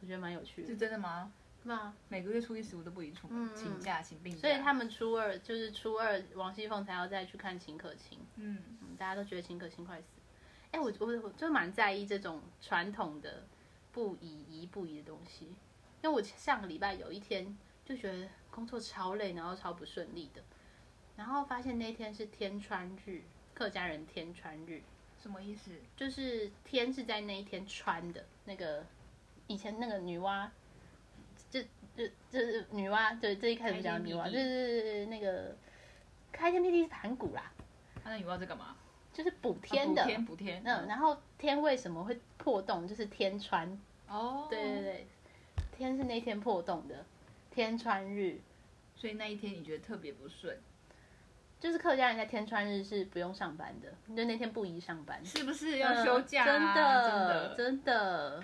S1: 我觉得蛮有趣
S3: 是
S1: 的，
S3: 真的吗？
S1: 是吧？
S3: 每个月初一十五都不宜出门，
S1: 啊嗯
S3: 请假请病假，
S1: 所以他们初二就是初二，王熙凤才要再去看秦可卿。
S3: 嗯
S1: 嗯，大家都觉得秦可卿快死。哎、我我我就蛮在意这种传统的不宜宜不宜的东西，因为我上个礼拜有一天就觉得工作超累，然后超不顺利的，然后发现那天是天穿日，客家人天穿日，
S3: 什么意思？
S1: 就是天是在那一天穿的那个，以前那个女娲，这这这是女娲，对，这一开始不讲女娲，
S3: 开天辟地
S1: 就是那个开天辟地是盘古啦，
S3: 啊那女娲在干嘛？
S1: 就是补天的，
S3: 啊补天补天，
S1: 嗯，然后天为什么会破洞？就是天穿，
S3: 哦，
S1: 对对，对，天是那天破洞的，天穿日
S3: 所以那一天你觉得特别不顺，
S1: 就是客家人在天穿日是不用上班的，就那天不宜上班，
S3: 是不是要休假
S1: 嗯真
S3: 啊？
S1: 的
S3: 真的，
S1: 真的，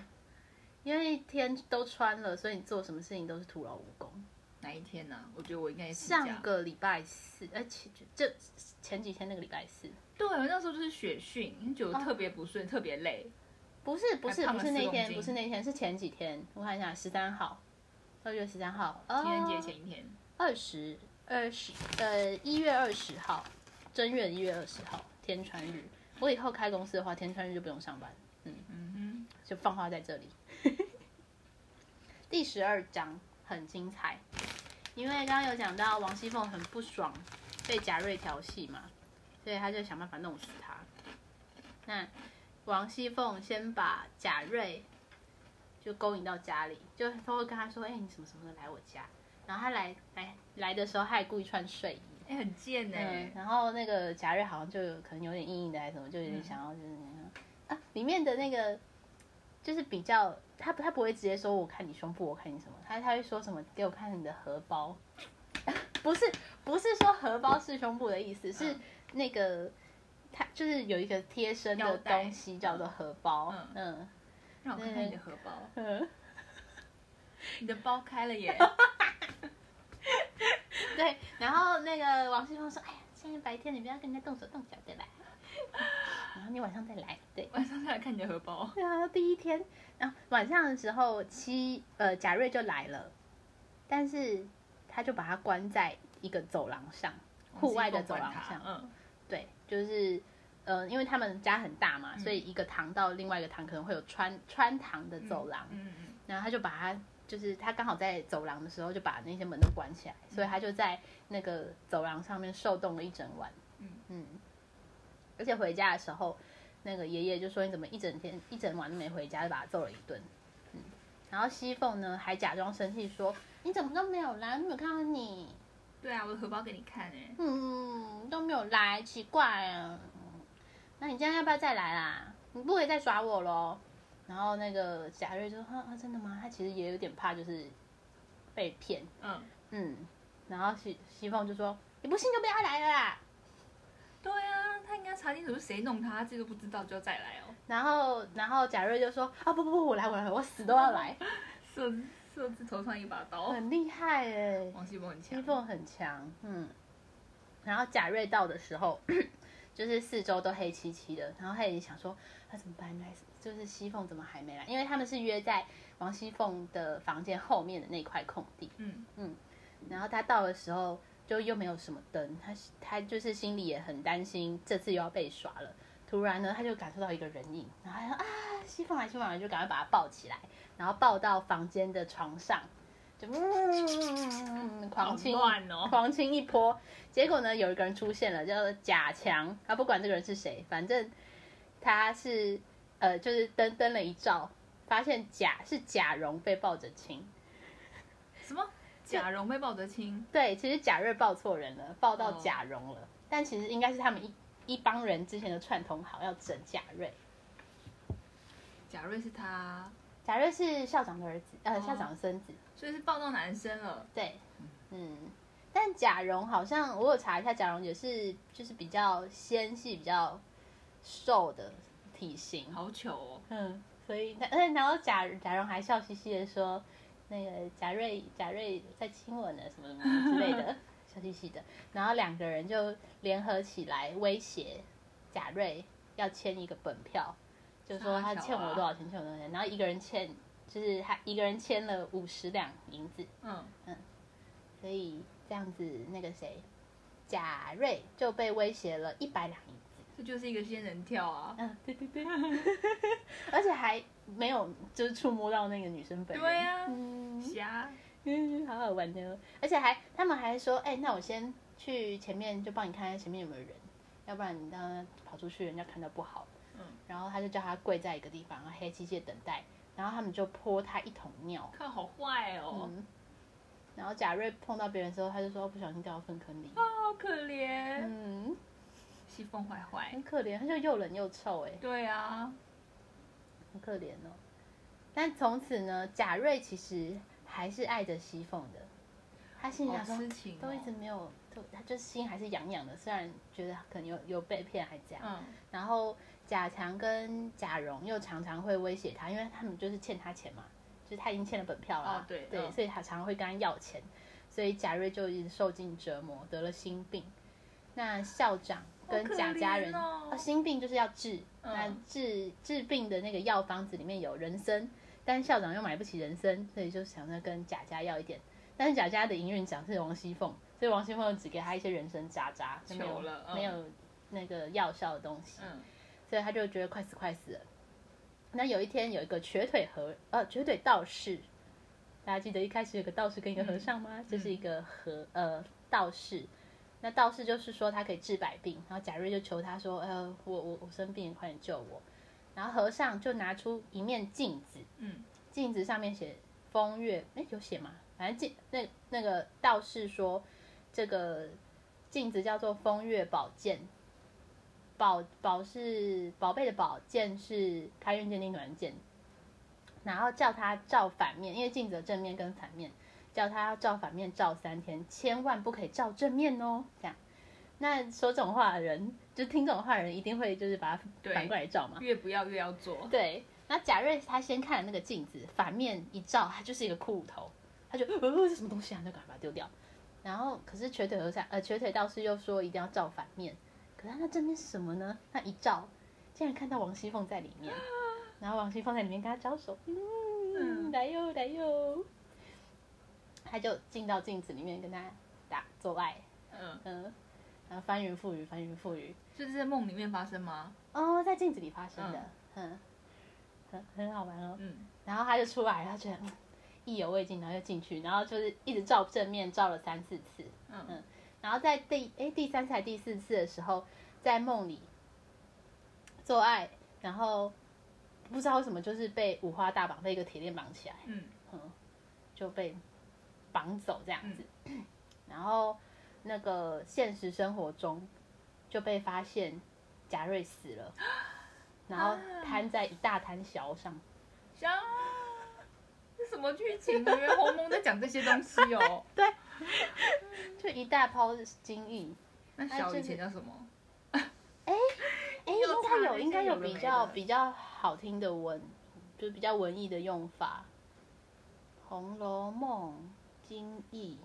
S1: 因为天都穿了，所以你做什么事情都是徒劳无功。
S3: 哪一天呢？我觉得我应该也请假
S1: 上个礼拜四，呃前这前几天那个礼拜四，
S3: 对，那时候就是雪训，你觉
S1: 哦
S3: 得特别不顺，特别累。
S1: 不是不是
S3: 还胖
S1: 不
S3: 了
S1: 是
S3: 4
S1: 那
S3: 公
S1: 天，
S3: 斤
S1: 不是那天，是前几天，我看一下，十三号，二月十三号，情
S3: 情人节前一天，
S1: 二十二十呃一月二十号，正月一月二十号天穿日。我以后开公司的话，天穿日就不用上班，
S3: 嗯
S1: 就放话在这里。 第十二章很精彩，因为刚刚有讲到王熙凤很不爽被贾瑞调戏嘛，所以他就想办法弄死他。那王熙凤先把贾瑞就勾引到家里，就都会跟他说：“哎、你什么什么时候来我家？”然后他来来来的时候，他还故意穿睡衣，
S3: 哼，哎，很贱呢。
S1: 嗯，然后那个贾瑞好像就有可能有点阴影的还是什么，就有点想要就是那样、啊，里面的那个就是比较他不他不会直接说我看你胸部，我看你什么，他他会说什么给我看你的荷包， 不是不是说荷包是胸部的意思，是
S3: 嗯
S1: 那个他就是有一个贴身
S3: 腰
S1: 的
S3: 带
S1: 东西叫做荷包，
S3: 嗯
S1: 嗯
S3: 让我看看你的荷包，
S1: 嗯，
S3: 你的包开了 耶。
S1: 对，然后那个王熙凤说，哎呀，现在白天你不要跟人家动手动脚的啦，然后你晚上再来，对。
S3: 晚上再来看你的荷包，
S1: 对啊，第一天，然后晚上的时候，七呃贾瑞就来了，但是他就把他关在一个走廊上，
S3: 哦
S1: 户外的走廊上。
S3: 嗯，
S1: 对，就是呃，因为他们家很大嘛，
S3: 嗯
S1: 所以一个堂到另外一个堂可能会有穿穿堂的走廊，
S3: 嗯嗯
S1: 然后他就把他。就是他刚好在走廊的时候就把那些门都关起来，所以他就在那个走廊上面受冻了一整晚。
S3: 嗯
S1: 嗯，而且回家的时候，那个爷爷就说：“你怎么一整天一整晚都没回家？”就把他揍了一顿。嗯，然后西凤呢还假装生气说：“你怎么都没有来？没有看到你，
S3: 对啊，我的荷包给你看哎。
S1: 嗯，都没有来，奇怪啊。嗯那你今天要不要再来啦？你不可以再耍我喽。”然后那个贾瑞就说：“啊啊，真的吗？”他其实也有点怕，就是被骗。
S3: 嗯，
S1: 嗯，然后西西凤就说：“你不信就不要来了啦。”
S3: 对啊，他应该查清楚是谁弄他，他自己都不知道就要再来哦。
S1: 然后，然后贾瑞就说：“啊，不不不，我来，我来，我死都要来，
S3: 设
S1: 嗯
S3: 设置头上一把刀，
S1: 很厉害哎，
S3: 王熙凤很强
S1: 西。凤很强，嗯。”然后贾瑞到的时候， 就是四周都黑漆漆的，然后他也想说：“他、怎么办？来，就是西凤怎么还没来？因为他们是约在王熙凤的房间后面的那块空地。
S3: 嗯
S1: 然后他到的时候就又没有什么灯，他他就是心里也很担心，这次又要被耍了。突然呢，他就感受到一个人影，然后他说啊，西凤来，西凤来，就赶快把他抱起来，然后抱到房间的床上，就嗯，
S3: 好
S1: 狂亲
S3: 乱哦
S1: 狂亲一波。结果呢，有一个人出现了，叫做贾强，他不管这个人是谁，反正他是呃，就是登登了一照，发现贾是贾蓉被抱着亲。
S3: 什么？贾蓉被抱着亲，
S1: 对，其实贾瑞抱错人了，抱
S3: 哦
S1: 到贾蓉了，但其实应该是他们一一帮人之前的串通好要整贾瑞。
S3: 贾瑞是他，
S1: 贾瑞是校长的儿子，呃，
S3: 哦
S1: 校长的孙子，
S3: 所以是抱到男生了。
S1: 对，嗯。但贾蓉好像我有查一下，贾蓉也是就是比较纤细，比较瘦的体型，
S3: 好糗哦。
S1: 嗯，所以那那然后贾贾蓉还笑嘻嘻的说，那个贾瑞贾瑞在亲我呢，什么什么之类的， 笑嘻嘻的。然后两个人就联合起来威胁贾瑞要签一个本票，就说他
S3: 傻小
S1: 欠我
S3: 啊
S1: 多少钱，欠我多少钱。然后一个人欠就是他一个人欠了五十两银子，
S3: 嗯，
S1: 所以这样子那个谁贾瑞就被威胁了一百两银子。
S3: 这就是一个仙人跳啊。
S1: 嗯，对对对， 而且还没有就是触摸到那个女生本人。
S3: 对啊
S1: 嗯
S3: 侠，
S1: 嗯，好好玩哦。而且还他们还说，哎、那我先去前面就帮你看看前面有没有人，要不然你让他跑出去，人家看到不好。
S3: 嗯，
S1: 然后他就叫他跪在一个地方，然后黑漆漆的等待，然后他们就泼他一桶尿。
S3: 看好坏哦，
S1: 嗯，然后贾瑞碰到别人的时候，他就说不小心掉到粪坑里。
S3: 啊好可怜，
S1: 嗯，
S3: 西风坏坏。
S1: 很可怜，他就又冷又臭、哎。
S3: 对啊，
S1: 很可怜哦。但从此呢，贾瑞其实还是爱着西凤的，他心里
S3: 好
S1: 想说，
S3: 痴情
S1: 都一直
S3: 哦。
S1: 没有，都他就心还是痒痒的，虽然觉得可能有有被骗还这样。
S3: 嗯，
S1: 然后贾强跟贾蓉又常常会威胁他，因为他们就是欠他钱嘛，就是他已经欠了本票啦，
S3: 哦对
S1: 对，
S3: 嗯
S1: 所以他常常会跟他要钱，所以贾瑞就一直受尽折磨，得了心病。那校长跟
S3: 好可
S1: 贾家人，
S3: 怜哦
S1: 呃心病就是要治，
S3: 嗯
S1: 那治治病的那个药方子里面有人参，但是校长又买不起人参，所以就想着跟贾家要一点。但是贾家的营运长是王熙凤，所以王熙凤只给他一些人参渣渣，就没有
S3: 糗了嗯
S1: 没有那个药效的东西。
S3: 嗯，
S1: 所以他就觉得快死快死了。那有一天有一个瘸腿和呃瘸腿道士，大家记得一开始有个道士跟一个和尚吗？就是一个和呃道士。那道士就是说他可以治百病，然后贾瑞就求他说：“呃，我我我生病，快点救我。”然后和尚就拿出一面镜子，
S3: 嗯，
S1: 镜子上面写“风月”，哎，有写吗？反正镜那那个道士说，这个镜子叫做“风月宝剑”，宝宝是宝贝的宝，剑是开运鉴定团的剑，然后叫他照反面，因为镜子有正面跟反面，叫他要照反面照三天，千万不可以照正面哦。这样，那说这种话的人，就听这种话的人，一定会就是把它
S3: 对
S1: 反过来照嘛。
S3: 越不要越要做。
S1: 对，那贾瑞他先看了那个镜子，反面一照，它就是一个骷髅头，他就呃这什么东西啊，就赶快把它丢掉。然后可是瘸腿和尚呃瘸腿道士又说一定要照反面，可是他那正面是什么呢？他一照，竟然看到王熙凤在里面，然后王熙凤在里面跟他招手，嗯，
S3: 嗯
S1: 来哟来哟，他就进到镜子里面跟他打做爱，
S3: 嗯，
S1: 嗯，然后翻云覆雨翻云覆雨，
S3: 就是在梦里面发生吗？
S1: 哦，在镜子里发生的，嗯，很很好玩哦。
S3: 嗯，
S1: 然后他就出来，他觉得嗯意犹未尽，然后就进去，然后就是一直照正面照了三四次，
S3: 嗯
S1: 嗯，然后在第哎第三次还第四次的时候，在梦里做爱，然后不知道为什么就是被五花大绑，被一个铁链绑起来，
S3: 嗯
S1: 嗯，就被绑走这样子，
S3: 嗯
S1: 然后那个现实生活中就被发现贾瑞死 了，然后
S3: 啊
S1: 摊在一大滩小上。
S3: 香，这什么剧情？我觉得红蒙在讲这些东西 哦。
S1: 就一大泡精液。
S3: 那小以前叫什么？
S1: 哎，
S3: 又
S1: 应该
S3: 差
S1: 有
S3: 了
S1: 应该
S3: 又
S1: 有
S3: 有了
S1: 比
S3: 没
S1: 较
S3: 了
S1: 比较好听的文，就比较文艺的用法，《红楼梦》精液，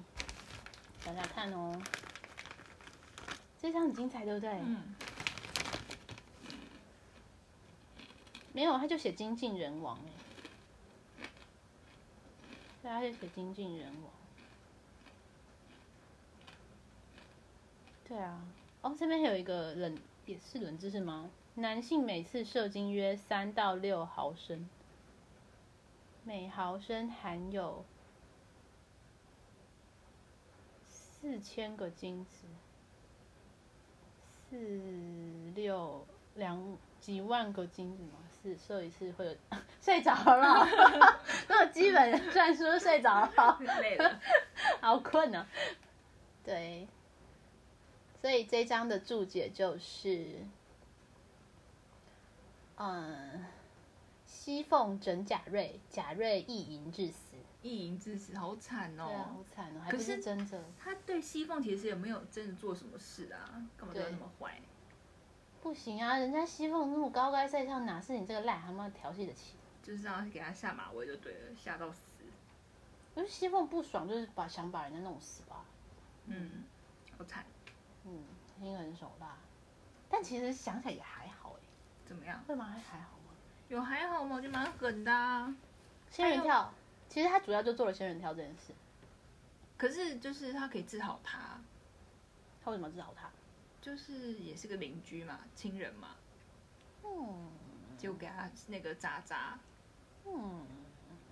S1: 想想看哦。这张很精彩，对不对？
S3: 嗯，
S1: 没有，他就写精尽人亡哎。对，他就写精尽人亡。对啊，哦，这边还有一个冷，也是冷知识吗？男性每次射精约三到六毫升，每毫升含有四千个精子，四六两几万个精子嘛，是射一次会有 睡着了， 那么基本虽然说睡着了，
S3: 累了。
S1: 好 困啊。对，所以这章的注解就是，
S6: 呃
S1: 嗯，西凤整贾瑞，贾瑞意淫致死。
S3: 意淫致死，好惨
S1: 对啊，
S3: 哦
S1: 好。惨哦，还不是
S3: 可是
S1: 真的。
S3: 他对西凤其实也没有真的做什么事啊，干嘛对他
S1: 对
S3: 那么坏？
S6: 不行啊，人家西凤那么高高在上，哪是你这个癞蛤蟆调戏得起？
S3: 就是让他给他下马威就对了，吓到死。
S6: 我觉得西凤不爽，就是把想把人家弄死吧，
S3: 嗯，好惨，
S6: 嗯，心狠手辣。但其实想起来也还好哎、
S3: 怎么样？
S6: 会吗？还还好吗？
S3: 有还好吗？我觉得蛮狠的、啊。
S6: 仙人跳，其实他主要就做了仙人跳这件事，
S3: 可是就是他可以治好他，
S6: 他为什么要治好他？
S3: 就是也是个邻居嘛，亲人嘛，
S6: 嗯
S3: 结果给他那个渣渣。
S6: 嗯，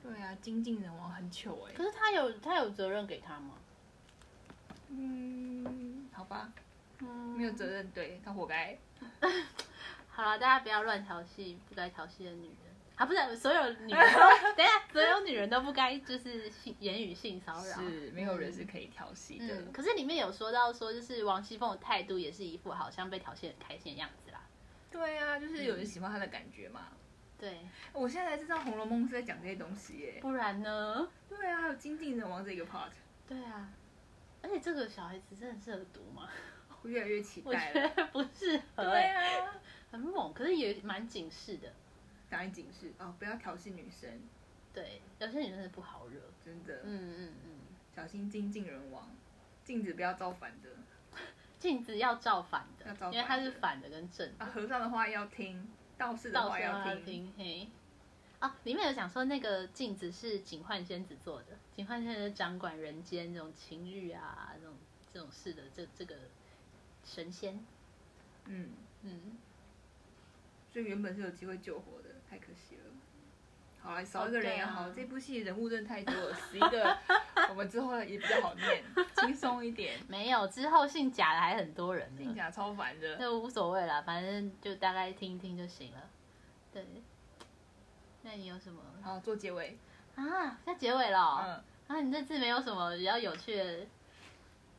S3: 对啊，精尽人亡很糗哎、
S6: 可是他有他有责任给他吗？
S3: 嗯，好吧，没有责任，对他活该。
S1: 好了，大家不要乱调戏不该调戏的女人啊！不是，所有女人 都等一下，所有女人都不该就是性言语性骚扰。
S3: 是没有人是可以调戏的。
S1: 啊嗯，可是里面有说到说，就是王熙凤的态度也是一副好像被调戏很开心的样子啦。
S3: 对啊，就是有人喜欢他的感觉嘛。
S1: 嗯对，
S3: 我现在才知道《红楼梦》是在讲这些东西耶、
S1: 不然呢？
S3: 对啊，还有精尽人亡这个 part，
S1: 对啊，而且这个小孩子真的适合读吗？
S3: 我越来越期
S1: 我
S6: 哎
S3: 待
S1: 觉
S3: 了。
S1: 得 不适合、
S3: 对
S1: 欸，
S3: 啊，
S1: 很猛，可是也蛮警示的。
S3: 打你警示哦，不要调戏女生，
S1: 对，有些女生真的不好惹。
S3: 真的，
S1: 嗯嗯嗯，
S3: 小心精尽人亡，镜子不要造反的。
S1: 镜子要照反的，
S3: 要照反的
S1: 因为它是反的跟正的。
S3: 啊，和尚的话要听，道士的
S1: 到
S3: 话
S1: 时候
S3: 要
S1: 要
S3: 听。
S1: 听嘿。啊，里面有讲说那个镜子是警幻仙子做的，警幻仙子掌管人间这种情欲啊，这种这种事的这这个神仙，
S3: 嗯，
S1: 嗯，
S3: 所以原本是有机会救活的，太可惜了。好了，少一个人也好。
S1: 哦对啊
S3: 这部戏人物真的太多了，十 一个，我们之后也比较好念，轻松一点。
S1: 没有之后姓贾的还很多人
S3: 听
S1: 呢，
S3: 起来超烦的，
S1: 那无所谓啦，反正就大概听一听就行了。对，那你有什么
S3: 好做结尾。
S1: 啊？要结尾了哦、
S3: 嗯，
S1: 啊，你这次没有什么比较有趣的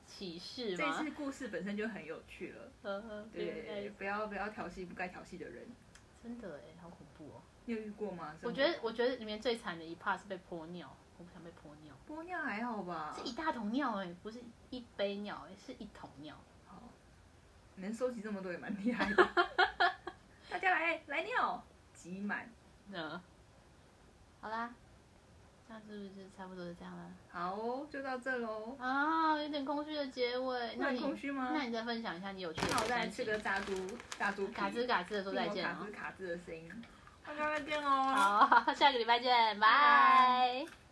S1: 启示
S3: 这
S1: 吗呃
S3: 次？故事本身就很有趣了。
S1: 呵呵
S3: 对，，不要不要调戏不该调戏的人，
S1: 真的哎，好恐怖哦。
S3: 你有遇过吗？
S1: 我觉得，我觉得里面最惨的一 part 是被泼尿，我不想被泼尿，
S3: 玻尿还好吧
S1: 是，一大桶尿哎、不是一杯尿哎、是一桶尿。
S3: 好，能收集这么多也蛮厉害 的。大家来来尿，挤满。
S1: 嗯，好啦，这样是不是就差不多是这样了？
S3: 好哦，就到这喽。
S1: 啊，有点空虚的结尾，那
S3: 那
S1: 你
S3: 你空虚吗？
S1: 那你再分享一下你有趣的
S3: 那我再来
S1: 事
S3: 吃
S1: 情。
S3: 个炸猪炸猪皮
S1: 嘎吱嘎吱的说再见
S3: 卡
S1: 哦
S3: 兹。卡兹的声音。大家再见哦。
S1: 好，下个礼拜见，拜
S3: 拜
S1: 拜